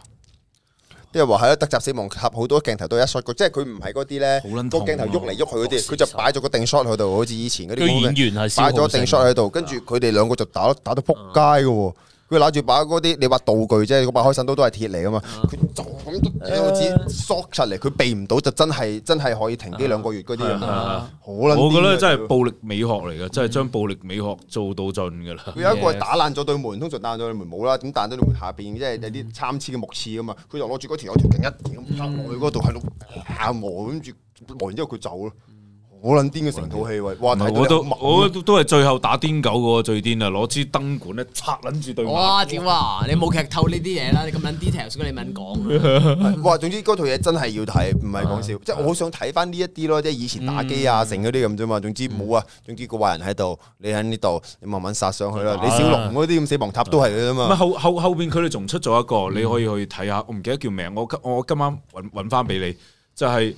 B: 啲人話係啊，特襲死亡塔好多鏡頭都一 shot 過，即係佢唔係嗰啲咧，
D: 好撚
B: 個
D: 痛啊
B: 鏡頭喐嚟喐去嗰啲，佢就擺咗個定 shot 喺度，好似以前嗰啲
A: 佢演員係消耗
B: 擺咗
A: 性
B: 定 shot 喺度，跟住佢哋兩個就打打到撲街嘅喎。佢攞住把嗰啲，你話道具啫，嗰把開山刀都係鐵嚟噶嘛，佢就咁都喺我指索出嚟，佢避唔到就真係真係可以停啲兩個月嗰啲咁樣，好撚癲啊。
D: 我覺得真係
B: 屌
D: 暴力美學嚟嘅，真係將暴力美學做到盡㗎啦。
B: 佢有一個係打爛咗對門，通常打爛咗對門冇啦，咁打爛咗對門下邊即
D: 嗯
B: 係有啲參差嘅木刺噶嘛，佢就攞住嗰條有條勁一條咁拍落去嗰度，喺度啊磨，跟住磨完之後佢走咯，好好撚癲嘅成套戲喂，哇！睇到
D: 我都
B: 你好猛
D: 我都都係最後打癲狗嗰個最癲啊！攞支燈管咧插撚住對眼，
C: 哇！點啊？你冇劇透呢啲嘢啦，你咁撚 details，咁你咪 講啦。
B: 哇！總之嗰套嘢真係要睇，唔係講笑。
D: 啊
B: 即係我好想睇翻呢一啲咯，即係以前打機
D: 嗯
B: 啊、成嗰啲咁啫嘛。總之冇啊，總之個壞人喺度，你喺呢度，你慢慢殺上去
D: 啊
B: 啦。
A: 打
B: 李
A: 啦
B: 小龍嗰啲咁死亡塔都係嘅啫
D: 咁
B: 嘛。
D: 後後後邊佢哋仲出咗一個，你可以去睇下，我唔記得叫名，我今我今晚揾揾翻俾你，就係、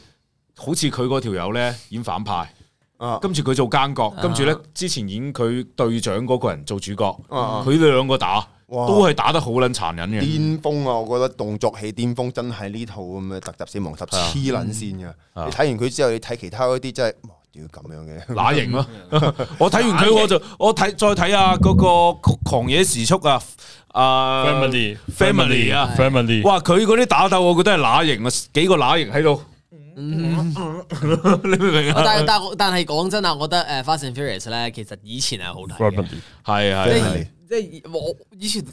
D: 好似佢嗰條友咧演反派，
B: 啊
D: 跟住佢做奸角，跟住咧之前演佢隊長嗰個人做主角，
B: 啊
D: 佢哋兩個打
B: 哇
D: 都係打得好撚殘忍嘅。
B: 巔峰啊！我覺得動作戲巔峰真係呢套咁嘅特集死亡塔黐撚線嘅。
D: 啊
B: 你睇完佢之後，你睇其他嗰啲真係，哇屌咁樣嘅。
D: 乸型咯，我睇完佢我就我睇再睇下嗰個狂野時速啊，啊
A: Family
D: family 啊，
A: ，family，
D: 哇！佢嗰啲打鬥，我覺得係乸型啊，幾個乸型喺度，你明唔明啊？
C: 但但但係講真啊，我覺得誒《Fast and Furious》咧，其實以前係好睇嘅。
A: ，family，
D: 係
C: 即
D: 係
B: 係。
C: 係即係我以前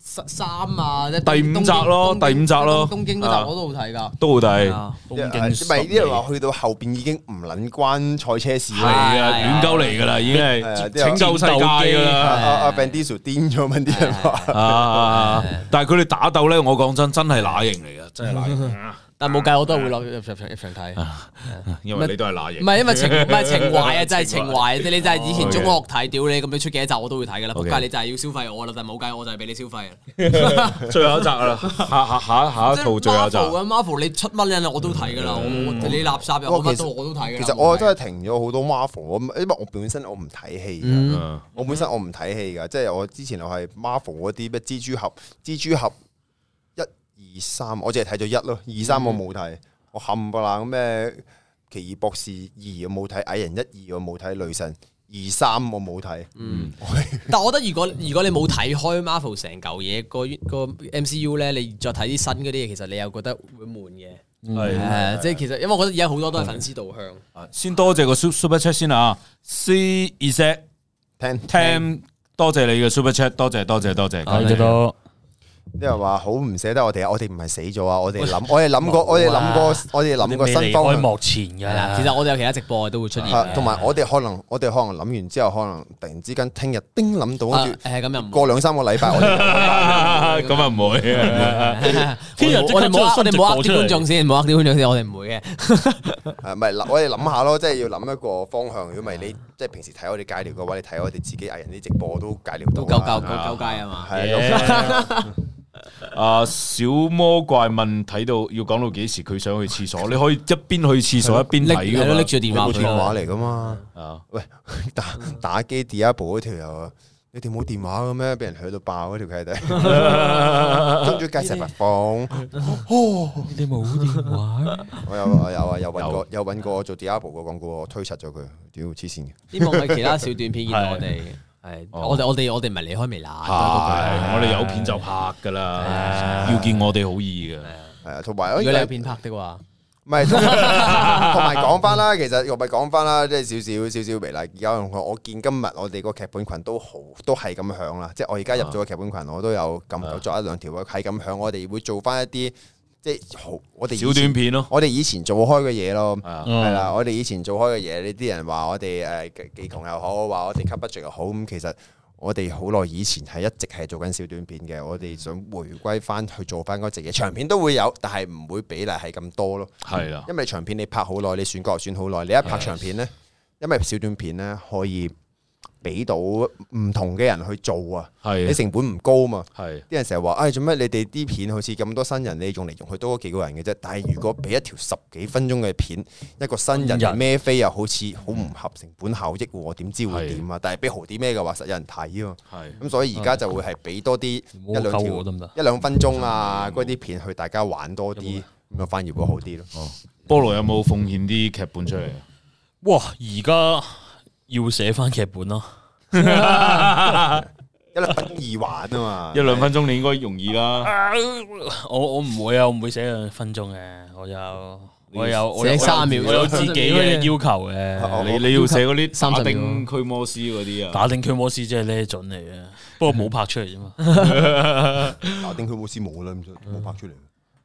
C: 三三啊，即
D: 第五集咯第五集咯
C: 東京嗰
D: 啊
C: 集我都好睇㗎。
D: 都好睇，
B: 因為因為呢度話去到後邊已經唔撚關賽車事
D: 係
B: 啦。
D: 啊，亂鳩嚟噶啦，已經
B: 係啊
D: 係
B: 啲
D: 拯
B: 人
D: 救世界噶
B: 啊
D: 啦。
B: 啊啊 Van Diesel 癲咗問啲人話。
D: 啊！但係佢哋打鬥咧，我講真，真係乸型嚟噶，真係乸型。
C: 但冇計，我都係會落入場入場睇。
D: 因為你都係乸型。
C: 唔係因為情唔係情懷啊，真係情懷。即係你真係以前中學睇，屌你咁你出幾多集我都會睇㗎啦。仆
D: OK
C: 街你就係要消費我啦，但係冇計，我就係俾你消費啊。
D: 最後一集啦，下下下下一套最後一集。
C: Marvel 啊，Marvel 你出乜嘢我都睇㗎啦，我你垃圾又好乜都我都睇㗎啦。
B: 嗯其實我真係停咗好多 Marvel，咁因為我本身我唔睇戲㗎
D: 嗯
B: 我本身我唔睇戲㗎，即係我之前我係 Marvel 嗰啲咩蜘蛛俠、蜘蛛俠一二三，我淨係睇咗一咯，二三我冇睇，我冚唪唥咩奇異博士二我冇睇，矮人一二我冇睇，雷神二三我冇睇，
C: 但我覺得如果如果你冇睇開 Marvel 成嚿嘢個個 MCU 咧，你再睇啲新嗰啲嘢，其實你又覺得會悶嘅。
B: 嗯
D: 係
C: 誒，即係其實因為我覺得而家好多都係粉絲導向。
D: 先多謝個 su- super chat 先啊，C 二 set
B: 聽聽
D: Tam，多謝你嘅 super chat，多謝多謝多謝，
A: 睇得多，
B: 啲人話好唔捨得我哋啊，我哋唔係死咗啊，我哋諗我哋諗過，我哋諗過，我哋諗過
A: 未離
B: 新方
A: 開
B: 向。
A: 幕前噶
C: 係啦，
A: 啦，
C: 其實我哋有其他直播都會出現
B: 啊
C: 嘅。
B: 同埋我哋可能我哋可能諗完之後，可能突然之間聽日叮諗到，
C: 啊
B: 跟住
C: 誒咁又唔
B: 過兩三個禮拜我 哋
D: 咁啊唔會啊，
A: 聽日即刻
C: 我哋冇呃
A: 將
C: 我
A: 新
C: 哋
A: 直
C: 冇呃
A: 播
C: 啲
A: 出嚟
C: 觀眾先，冇呃啲觀眾先，我哋唔會嘅。
B: 誒唔係嗱，我哋啊諗下咯，即係要諗一個方向。如果唔係你即係平時睇我哋介聊嘅話，你睇我哋自己藝人啲直播都介聊到
C: 都
B: 啦
C: 夠夠夠夠街啊嘛。
B: 係啊
A: Yeah
D: 啊！小魔怪問睇到要講到幾時佢想去廁所，你可以一邊去廁所一邊
C: 拎
D: 睇
C: 係
D: 噶
C: 咯
D: 嘛
C: 拎住電
B: 有
C: 話
B: 部
C: 俾
B: 電話
C: 我。
B: 嚟噶嘛？
D: 啊！
B: 喂，打打機 Diablo 嗰條友啊，你哋冇電話嘅咩？俾人去到爆嗰條契弟，跟 住介石佛房。
A: 你冇電話，
B: 我有我有啊，有揾過有揾過我做 Diablo 個廣告，我推柒咗佢，屌黐線嘅。
C: 呢部係其他小短片見到我哋，係我哋我哋我哋唔係離開微辣。都係嗰句
D: 係，我哋有片就拍噶
B: 啊
D: 啦，要見我哋好易嘅。
B: 係啊，同埋
C: 如果你有片拍的話，
B: 唔係， 同埋講翻啦，其實又咪講翻啦，即係少少少少微辣。而家我見今日我哋個劇本群都好，都係咁響啦。即係我而家入咗個劇本群，我都有撳
D: 啊
B: 有作一兩條，啊係咁響。我哋會做翻一啲即係好，我哋以前
D: 小短片咯，
B: 我哋以前做開嘅嘢咯，
D: 啊
B: 係啦，我哋以前做開嘅嘢，呢啲人話我哋誒技窮又好，話我哋 cut budget 又好，咁其實我哋好耐以前係一直係做緊小短片嘅，我哋想回歸翻去做翻嗰隻嘢，長片都會有，但係唔會比例係咁多咯。
D: 係啦，
B: 因為長片你拍好耐，你選角又選好耐，你一拍長片呢，因為小短片呢可以俾到唔同嘅人去做啊，你
D: 係
B: 成本唔高嘛。
D: 係
B: 啲人成日話：，哎唉、做咩你哋啲片好似咁多新人，你用嚟用去都嗰幾個人嘅啫。但係如果俾一條十幾分鐘嘅片，一個新
A: 新
B: 人
A: 人
B: 孭飛又好似好唔合成本效益喎，我點知會點啊？但係俾豪啲咩嘅話，實有人睇啊。
D: 係
B: 咁所以而家就會係俾多啲一
A: 冇
B: 兩
A: 溝我得
B: 條
A: 唔得？
B: 一兩分鐘啊，
F: 嗯
B: 嗰啲片去大家玩多啲，咁樣反而會好啲咯。
F: 哦
D: 菠蘿有冇奉獻啲劇本出嚟啊？
A: 哇！而家要寫翻劇本咯，
B: 一兩分二玩啊嘛，
D: 一兩分鐘你應該容易啦，
A: 我我唔會啊，我唔會寫兩分鐘嘅，我有我有我有
C: 寫三秒
A: 我有自己嘅要求
B: 哦我
A: 嘅。
D: 你你要寫嗰啲打
C: 30秒
D: 丁驅魔師嗰啲啊，
A: 打定驅魔師即係呢準嚟嘅，不過冇拍出 嚟啫嘛。
B: 打丁
F: 嗯
B: 佢冇師冇啦，咁就冇拍出嚟。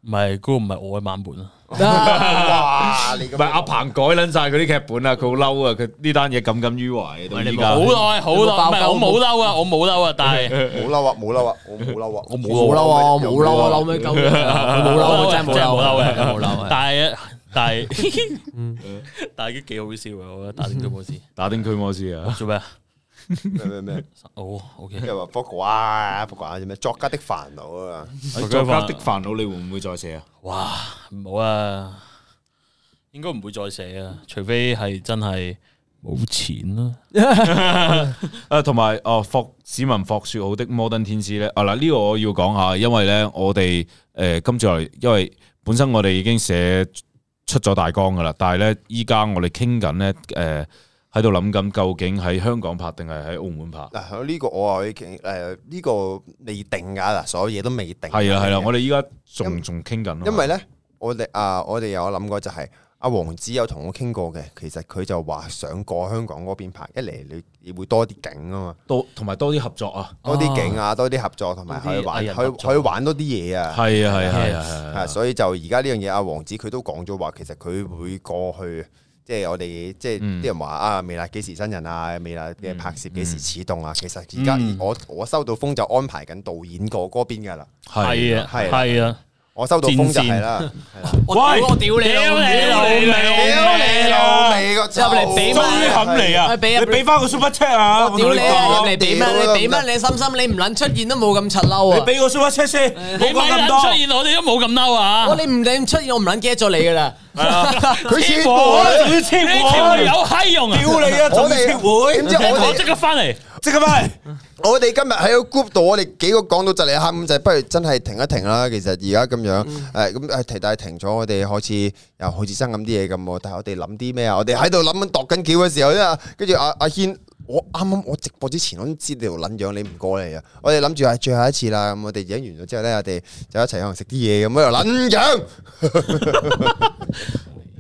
A: 唔係，嗰個唔係我嘅版本啊。
B: 哇！你咁
D: 唔係阿彭改撚晒佢啲劇本啊，佢好嬲啊！佢呢單嘢耿耿於懷啊到依家。
A: 好耐好耐，唔係我冇嬲啊，我冇嬲啊，但係
B: 冇嬲啊，冇嬲啊，我冇嬲啊，我
F: 冇嬲啊，我冇嬲啊，嬲咩鳩啫？冇嬲啊，真係冇
A: 真係冇
F: 嬲
A: 嬲
F: 啊，
A: 嘅，
F: 冇嬲啊！
A: 但係但係但係都幾好笑啊，我覺得打定都冇事。
D: 打丁區摩斯啊！
A: 做咩啊？
B: 咩咩咩，
A: 哦，OK，
B: 又話福瓜福啊瓜啫咩？作家的煩惱啊，
D: 作家的煩惱，你會唔會再寫啊？
A: 哇，唔好啊，應該唔會再寫啊，除非係真係冇錢啦。
D: 啊，同埋哦，霍市民霍雪好的摩登天師咧，啊嗱，呢個我要講下，因為咧我哋誒今次嚟，因為本身我哋已經寫出咗大綱噶啦，但係咧依家我哋傾緊咧誒喺度諗緊，究竟喺香港拍定係啊喺澳門拍？
B: 嗱呢個我話已經誒呢個未定㗎嗱，所有嘢都未定。
D: 係
A: 啊
D: 啦係啦，我哋依家仲
B: 因
D: 仲傾緊啊嘛，
B: 啊因為咧，我哋啊，我哋有諗過就係、阿黃子有同我傾過嘅，其實佢就話想過香港嗰邊拍，一嚟你你會多啲景啊嘛，
D: 多同埋多啲合作啊，
B: 多啲景啊，多啲合作，同埋
A: 多啲
B: 去玩
A: 藝人合
B: 去
A: 作
B: 去玩多啲嘢啊，
D: 係啊係啊係啊
A: Yes
D: 係啊
B: 啊，所以就而家呢樣嘢，阿黃子佢都講咗話，其實佢會過去。即係我哋，即係
D: 嗯
B: 啲人話啊，未來幾時新人啊，未來嘅拍攝幾時始動啊？其實而家
A: 嗯
B: 我我收到風就安排緊導演過嗰邊㗎啦，
A: 係啊，
B: 係啊
A: 係啊，
B: 我收到風就係啦，係啦
F: 我屌我屌你老味，
B: 屌你老味個臭，
F: 入嚟俾
D: 終
F: 埋
D: 於冚你啊！
F: 喂俾啊
D: 你俾翻個 super check 啊！
A: 哦
D: 我
F: 屌
D: 同
F: 你
D: 你
F: 啊！
D: 講
F: 你俾乜？你俾乜？你心心你唔撚出現都冇咁柒嬲
D: 你
F: 啊！
D: 俾個 super check 先，
A: 你
D: 冇
A: 咪
D: 講咁
A: 撚出
D: 多。
A: 現，我哋都冇咁嬲啊
F: 我！你唔你唔出現，我唔撚 get 咗你噶啦！
B: 佢切
A: 我
B: 我。
A: 呢條友有閪用啊！
D: 屌你啊！仲要
B: 我
D: 撤
B: 哋
D: 回
B: 點，知我
A: 我即
B: 哋
A: 刻翻嚟，
D: 即刻翻嚟。
B: 我哋今日喺個 group 度，我哋幾個講到就嚟啊喊咁滯，不如真係停一停啦。其實而家咁樣誒咁誒停，但係停咗，我哋開始又好似生咁啲嘢咁喎。但係我哋諗啲咩啊？我哋喺度諗緊度緊橋嘅時候咧，跟住阿阿軒。我啱啱我直播之前我都知你條撚樣，你唔過嚟啊！我哋諗住係最後一次啦，咁我哋影完咗之後咧，我哋就一齊可能食啲嘢咁樣撚樣。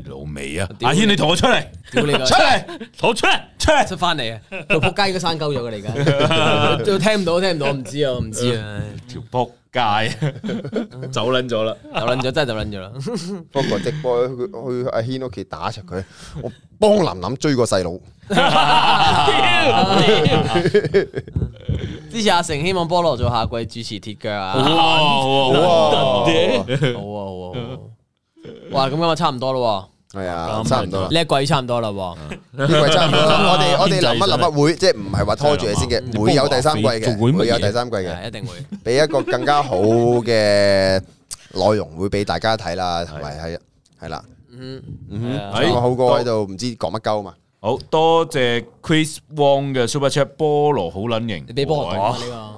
D: 老味啊！阿軒，你同我出嚟，
F: 屌你個
D: 出嚟，
A: 攞出嚟。
D: 出嚟！
F: 出翻嚟 啊！條仆街應該生鳩咗噶你而 家，都聽唔到聽唔到，我唔知啊我唔知啊，
D: 條仆街，走撚咗啦！
F: 就撚咗真係就撚咗啦！
B: 不過直播去去阿軒屋企打柒佢，我幫林林追個細佬。
F: 支持阿成，希望菠蘿做下季主持鐵腳啊！好啊
B: 哇！
F: 好啊好啊！哇，咁今日差唔多咯
B: 系啊，差唔多啦
F: 喎，，呢一季差唔多啦喎，
B: 呢季差唔多啦。我哋我哋
A: 經濟真
B: 諗一諗
A: 係
B: 一會，即係唔係話拖住你先嘅，會有第三季
A: 仲會
B: 嘅，
A: 乜嘢
B: 會有第三季嘅，
F: 係啊一定會。
B: 俾一個更加好嘅內容會俾大家睇啦，同埋係係啦，
F: 啊
B: 嗯
D: 係
B: 嗯，我好過喺度唔知講乜鳩嘛。
D: 好多謝 Chris Wong 嘅 Super Chat，菠蘿好撚型，
F: 你俾菠蘿讀啊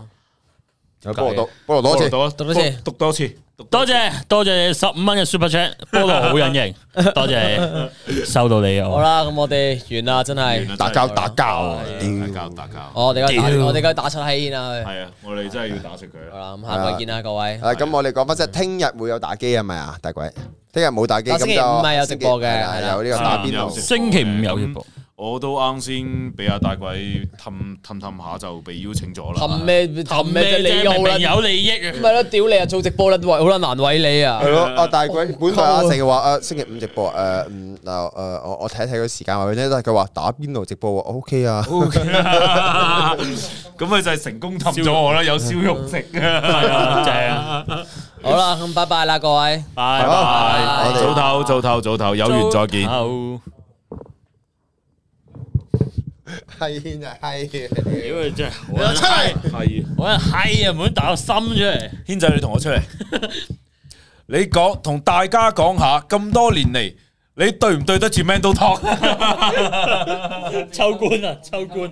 F: 呢
B: 菠蘿多，菠蘿多謝，
D: 多
F: 讀多次
D: 讀多次，讀
A: 多謝多謝十五蚊嘅 Super Chat，菠蘿好隱 形，多謝你收到你啊
F: 個。好
A: 我。
F: 啦，咁我哋完啦，真
D: 完
F: 係
D: 啦。
B: 打交打交啊，
D: 打
B: 屌
D: 交打交，
F: 我哋而家打
A: 屌
F: 我哋而家打出閪煙啦。
D: 係啊！我哋真係要打死佢
F: 好
D: 啦！
F: 啦，咁下季見啦，各位。
B: 啊，咁我哋講翻即係聽日會有打機係咪啊，大鬼？聽日冇打機
F: 啊
B: 咁就
F: 星期五係有直播嘅
B: 係啦
F: 係啦
B: 有呢個打邊爐。
A: 星期五有直播，
D: 我都啱先俾阿大鬼氹氹氹下就被邀請咗啦。
F: 氹咩氹咩啫？你
A: 明
F: 又
A: 明
F: 啦，
A: 有利益啊！
F: 咪咯，屌你啊！做直播啦，喂，好啦，難為你啊
B: 系！咯，阿大鬼本來阿成話啊，星期五直播，诶，嗯，嗱，诶，我我睇一睇個時間話俾你聽，但係佢話打邊爐直播喎，OK 啊，
D: 咁佢就係成功氹咗我啦，有燒肉食
A: 係啊，正，
F: 好啦，咁拜拜啦，各位。
A: 拜
B: 好
A: 拜
B: 我。哋
D: 早唞早唞早唞，有緣再見。
A: 好
B: 係啊係啊，
A: 屌你真係，我出嚟，
D: 係。
A: 我一閪啊，唔好打個心出 嚟。
D: 軒仔，你同我出嚟， 你講同大家講下，咁多年嚟，你對唔對得住 Man Do Talk？
A: 秋官啊，秋官，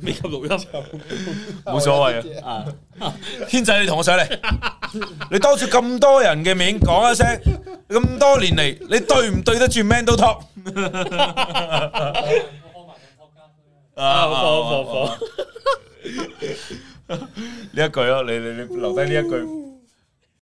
A: 未及錄音。
D: 冇所謂啊！軒仔，你同我上嚟，你當住咁多人嘅面講一聲，咁多年嚟，你對唔對得住 Man Do Talk？啊！
A: 火火火！
D: 呢一句咯，你你你留低呢一句。